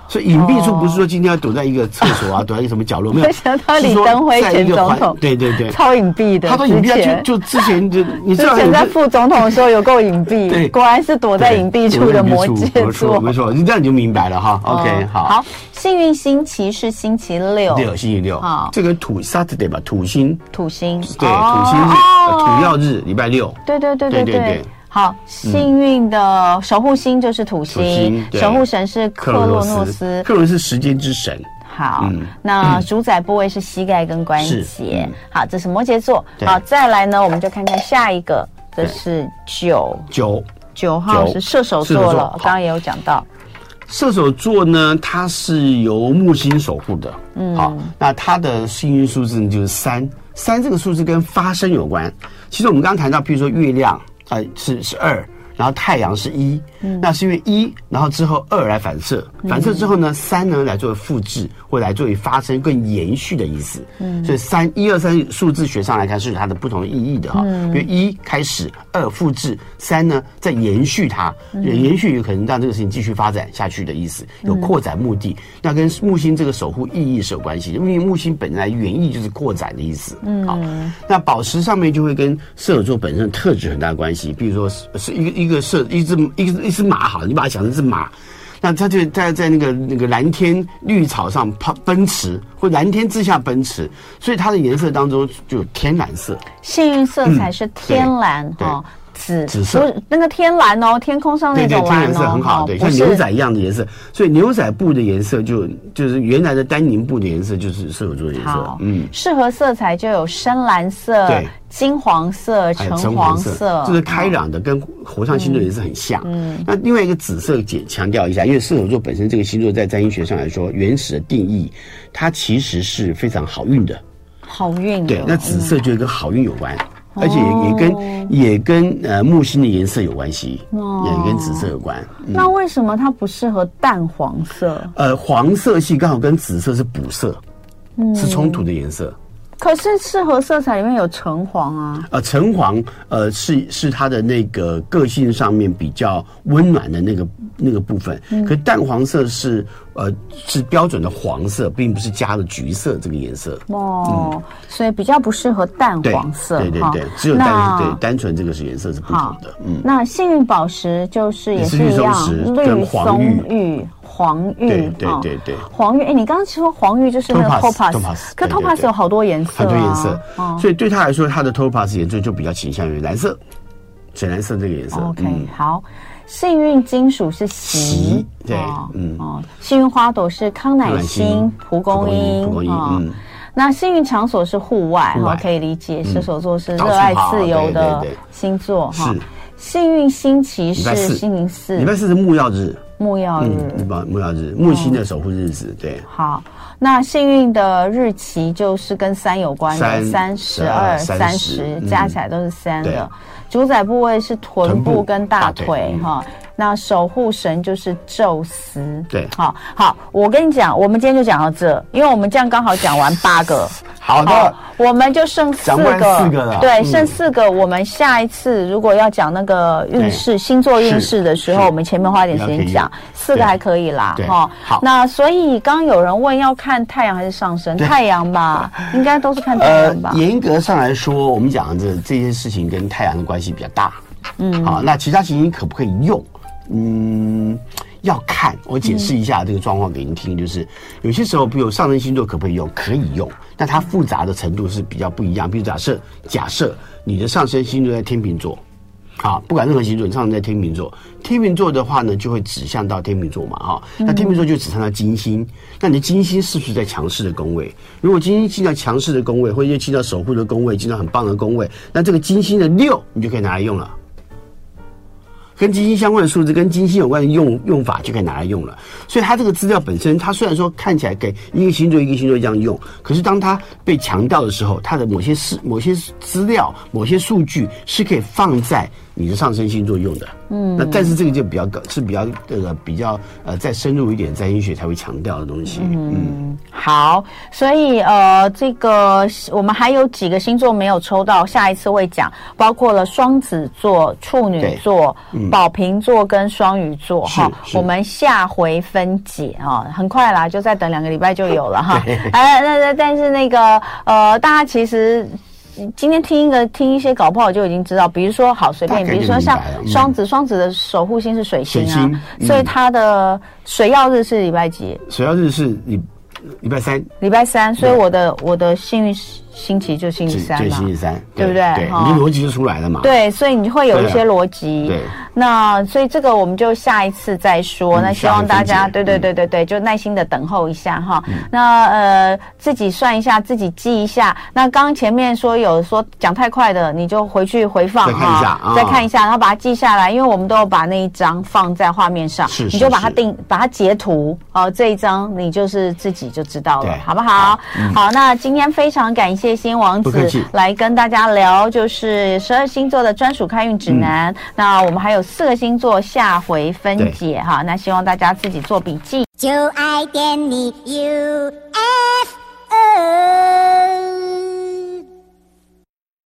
Speaker 2: 所以隐蔽处不是说今天要躲在一个厕 所啊，躲在一个什么角落，没有
Speaker 1: 我想到，
Speaker 2: 是
Speaker 1: 李
Speaker 2: 说
Speaker 1: 登辉
Speaker 2: 在一
Speaker 1: 前
Speaker 2: 个
Speaker 1: 总
Speaker 2: 环
Speaker 1: 统
Speaker 2: 对对对，
Speaker 1: 超隐蔽的，
Speaker 2: 他都隐蔽
Speaker 1: 之
Speaker 2: 啊，
Speaker 1: 前
Speaker 2: 就就之前就你知
Speaker 1: 之
Speaker 2: 道
Speaker 1: 前
Speaker 2: 有
Speaker 1: 在
Speaker 2: 个
Speaker 1: 副总统的时候有够隐
Speaker 2: 对
Speaker 1: 蔽，果然是躲在
Speaker 2: 对
Speaker 1: 隐蔽处的摩
Speaker 2: 躲在隐蔽处
Speaker 1: 羯
Speaker 2: 没
Speaker 1: 座
Speaker 2: 错。没错，你这样你就明白了哈。
Speaker 1: 哦
Speaker 2: OK，好，
Speaker 1: 好，幸运星期是星期六，
Speaker 2: 六星期六
Speaker 1: 好，哦
Speaker 2: 这个土 Saturday 吧，土星
Speaker 1: 土星，对
Speaker 2: 对土星日呃土曜日礼拜六，
Speaker 1: 对对对对对
Speaker 2: 对对对嗯
Speaker 1: 好，幸运的守护星就是土
Speaker 2: 土
Speaker 1: 星
Speaker 2: 星，对
Speaker 1: 守护神是克洛诺斯。
Speaker 2: 克洛诺斯是时间之神。
Speaker 1: 好，那主宰部位是膝盖跟关
Speaker 2: 是
Speaker 1: 节
Speaker 2: 嗯。
Speaker 1: 好，这是摩羯座。
Speaker 2: 对
Speaker 1: 好，再来呢，我们就看看下一个，这
Speaker 2: 对
Speaker 1: 是九
Speaker 2: 九
Speaker 1: 九号
Speaker 2: 九
Speaker 1: 是射手
Speaker 2: 射
Speaker 1: 座
Speaker 2: 手座
Speaker 1: 了，
Speaker 2: 好
Speaker 1: 刚刚也有讲到。
Speaker 2: 射手座呢，它是由木星守护的，嗯，好，那它的幸运数字呢就是三，三这个数字跟发生有关。其实我们刚刚谈到，譬如说月亮，呃，是是二，然后太阳是一、那是因为一，然后之后二来反射，反射之后呢，三呢来作为复制或来作为发生更延续的意思。嗯，所以三一二三数字学上来看是有它的不同的意义的哈、因为一开始，二复制，三呢再延续它，延续有可能让这个事情继续发展下去的意思，有扩展目的。那跟木星这个守护意义是有关系，因为木星本来原意就是扩展的意思。嗯，好，那宝石上面就会跟射手座本身的特质很大的关系，比如说是是一个一个射一只一只一只马，好了，你把它想成是马。那它就在在那个那个蓝天绿草上奔奔驰，或蓝天之下奔驰，所以它的颜色当中就有天蓝色。
Speaker 1: 幸运色彩是天蓝
Speaker 2: 嗯对
Speaker 1: 哈，紫
Speaker 2: 紫色
Speaker 1: 不是那个天蓝哦，天空上那
Speaker 2: 对对，
Speaker 1: 种
Speaker 2: 天
Speaker 1: 蓝
Speaker 2: 蓝色
Speaker 1: 哦，
Speaker 2: 很好，对，
Speaker 1: 不
Speaker 2: 像
Speaker 1: 是
Speaker 2: 牛仔一样的颜色，所以牛仔布的颜色就就是原来的丹宁布的颜色就是射手座的颜色
Speaker 1: 好，，
Speaker 2: 嗯，，
Speaker 1: 适合色彩就有深蓝色
Speaker 2: 对、
Speaker 1: 金黄色、
Speaker 2: 还有
Speaker 1: 橙
Speaker 2: 橙
Speaker 1: 黄
Speaker 2: 黄
Speaker 1: 色嗯哦
Speaker 2: 色，，就是开朗的，跟火象星座颜色很像。嗯，那另外一个紫色，解强调一下，因为射手座本身这个星座在占星学上来说，原始的定义，它其实是非常好运的。
Speaker 1: 好哦运的。
Speaker 2: 对，那紫色就跟好运有关，而且也也跟也跟呃木星的颜色有关系，
Speaker 1: 哦
Speaker 2: 也跟紫色有关。
Speaker 1: 嗯那为什么它不适合淡黄色？
Speaker 2: 呃，黄色系刚好跟紫色是补色，
Speaker 1: 嗯
Speaker 2: 是冲突的颜色。
Speaker 1: 可是适合色彩里面有橙黄啊，
Speaker 2: 呃，橙黄，呃，是是它的那个个性上面比较温暖的那个那个部分。
Speaker 1: 嗯
Speaker 2: 可淡黄色是呃是标准的黄色，并不是加了橘色这个颜色。
Speaker 1: 哦，所以比较不适合淡
Speaker 2: 对，
Speaker 1: 黄色。
Speaker 2: 嗯对对
Speaker 1: 哈
Speaker 2: 对，只有
Speaker 1: 那
Speaker 2: 单对单纯这个是颜色是不
Speaker 1: 好
Speaker 2: 同的。嗯，
Speaker 1: 那幸运宝石就是也是
Speaker 2: 也是
Speaker 1: 一
Speaker 2: 绿松
Speaker 1: 样，
Speaker 2: 石
Speaker 1: 绿
Speaker 2: 跟黄
Speaker 1: 松
Speaker 2: 玉
Speaker 1: 玉、黄玉，
Speaker 2: 对对
Speaker 1: 哦
Speaker 2: 对对
Speaker 1: 黄玉。哎，你刚刚说黄玉就是那个
Speaker 2: Topaz，
Speaker 1: topaz，
Speaker 2: Topaz，
Speaker 1: 可
Speaker 2: 对对
Speaker 1: topaz
Speaker 2: 对
Speaker 1: 有好多颜色、啊，
Speaker 2: 很多颜色，
Speaker 1: 哦
Speaker 2: 所以对他来说，他的 topaz 颜色就比较倾向于蓝色、水蓝色这个颜色。
Speaker 1: OK，、好。幸运金属是席
Speaker 2: 席，对
Speaker 1: 哦
Speaker 2: 嗯
Speaker 1: 哦，幸运花朵是康乃
Speaker 2: 康乃
Speaker 1: 馨
Speaker 2: 馨、
Speaker 1: 蒲公英，
Speaker 2: 蒲公英
Speaker 1: 哦
Speaker 2: 嗯
Speaker 1: 那幸运场所是户外，
Speaker 2: 户
Speaker 1: 哈、
Speaker 2: 外嗯
Speaker 1: 可以理解。射手座是
Speaker 2: 到
Speaker 1: 热
Speaker 2: 处
Speaker 1: 爱
Speaker 2: 跑
Speaker 1: 自由
Speaker 2: 对
Speaker 1: 的
Speaker 2: 对对
Speaker 1: 星座，
Speaker 2: 是
Speaker 1: 幸运星期
Speaker 2: 礼拜
Speaker 1: 是
Speaker 2: 四
Speaker 1: 星期四
Speaker 2: 礼，拜四是木曜日，
Speaker 1: 木曜日。
Speaker 2: 嗯，木曜木曜日，木星的守护日子，对。
Speaker 1: 好，那幸运的日期就是跟三有关的，
Speaker 2: 三
Speaker 1: 三十二、
Speaker 2: 12
Speaker 1: 三十
Speaker 2: 嗯
Speaker 1: 加起来都是三的
Speaker 2: 对。
Speaker 1: 主宰部位是臀
Speaker 2: 臀
Speaker 1: 部
Speaker 2: 部
Speaker 1: 跟大
Speaker 2: 大腿
Speaker 1: 腿
Speaker 2: 嗯
Speaker 1: 哈。那守护神就是宙斯。
Speaker 2: 对
Speaker 1: 好好，我跟你讲，我们今天就讲到这，因为我们这样刚好讲完八个。好
Speaker 2: 好的，，
Speaker 1: 我们就剩四
Speaker 2: 讲不完
Speaker 1: 个，
Speaker 2: 四个了
Speaker 1: 对，
Speaker 2: 嗯
Speaker 1: 剩四个。我们下一次如果要讲那个运势、星座运势的时候，
Speaker 2: 是
Speaker 1: 我们前面花一点时间
Speaker 2: 比较
Speaker 1: 讲
Speaker 2: 可以，
Speaker 1: 四个还可以啦
Speaker 2: 对，
Speaker 1: 齁
Speaker 2: 好
Speaker 1: 那所以刚刚有人问要看太阳还是上升，太阳 吧，应该都是看太阳吧。
Speaker 2: 严格上来说，我们讲的这些事情跟太阳的关系比较大。嗯，好，那其他行星可不可以用？嗯，要看。我解释一下这个状况给您听，就是有些时候，比如上升星座可不可以用？可以用，但它复杂的程度是比较不一样。比如假设，假设你的上升星座在天秤座。啊，不管任何星座，你上升在天秤座，天秤座的话呢，就会指向到天秤座嘛，哈、那天秤座就指向到金星，那你的金星是不是在强势的宫位？如果金星进到强势的宫位，或者进到守护的宫位，进到很棒的宫位，那这个金星的六你就可以拿来用了。跟金星相关的数字，跟金星有关的用用法就可以拿来用了。所以它这个资料本身，它虽然说看起来给一个星座一个星座这样用，可是当它被强调的时候，它的某些事、某些资料、某些数据是可以放在你的上升星座用的。嗯，那但是这个就比较高，是比较这个比较呃再深入一点占星学才会强调的东西。嗯，
Speaker 1: 好，所以呃，这个我们还有几个星座没有抽到，下一次会讲，包括了双子座、处女座、宝瓶座跟双鱼座
Speaker 2: 是嗯是
Speaker 1: 我们下回分解啊、很快啦，就再等两个礼拜就有了 哈。哎，那那但是那个呃，大家其实。今天听一个听一些，搞不好就已经知道。比如说，好随便，
Speaker 2: 大概
Speaker 1: 比如
Speaker 2: 就
Speaker 1: 说
Speaker 2: 明
Speaker 1: 像
Speaker 2: 白了嗯
Speaker 1: 双子，双子的守护星是水星啊，
Speaker 2: 水星嗯
Speaker 1: 所以它的水曜日是礼拜几？
Speaker 2: 首要日是礼礼拜三，
Speaker 1: 礼拜三，所以
Speaker 2: 对
Speaker 1: 我的我的幸运星期就星期
Speaker 2: 是
Speaker 1: 三
Speaker 2: 对
Speaker 1: 嘛
Speaker 2: 星。期三，
Speaker 1: 对不对
Speaker 2: 对，
Speaker 1: 哈
Speaker 2: 你的逻辑就出来了嘛。
Speaker 1: 对，所以你会有一些逻辑。
Speaker 2: 啊对
Speaker 1: 那所以这个我们就下一次再说。
Speaker 2: 嗯
Speaker 1: 那希望大家
Speaker 2: 下回
Speaker 1: 对
Speaker 2: 分解嗯
Speaker 1: 对对对对，就耐心的等候一下哈。那呃，自己算一下，自己记一下。那刚刚前面说有说讲太快的，你就回去回放
Speaker 2: 再看一下啊
Speaker 1: 再看一下，然后把它记下来，因为我们都有把那一张放在画面上，
Speaker 2: 是
Speaker 1: 你就是把它
Speaker 2: 是
Speaker 1: 定，把它截图哦、这一张你就是自己就知道了
Speaker 2: 对，嗯
Speaker 1: 好不好？好，那今天非常感谢新王
Speaker 2: 不客
Speaker 1: 子
Speaker 2: 气
Speaker 1: 来跟大家聊，就是十二星座的专属开运指南。那我们还有四个星座下回分解哈，那希望大家自己做笔记。
Speaker 3: 就爱点你 UFO。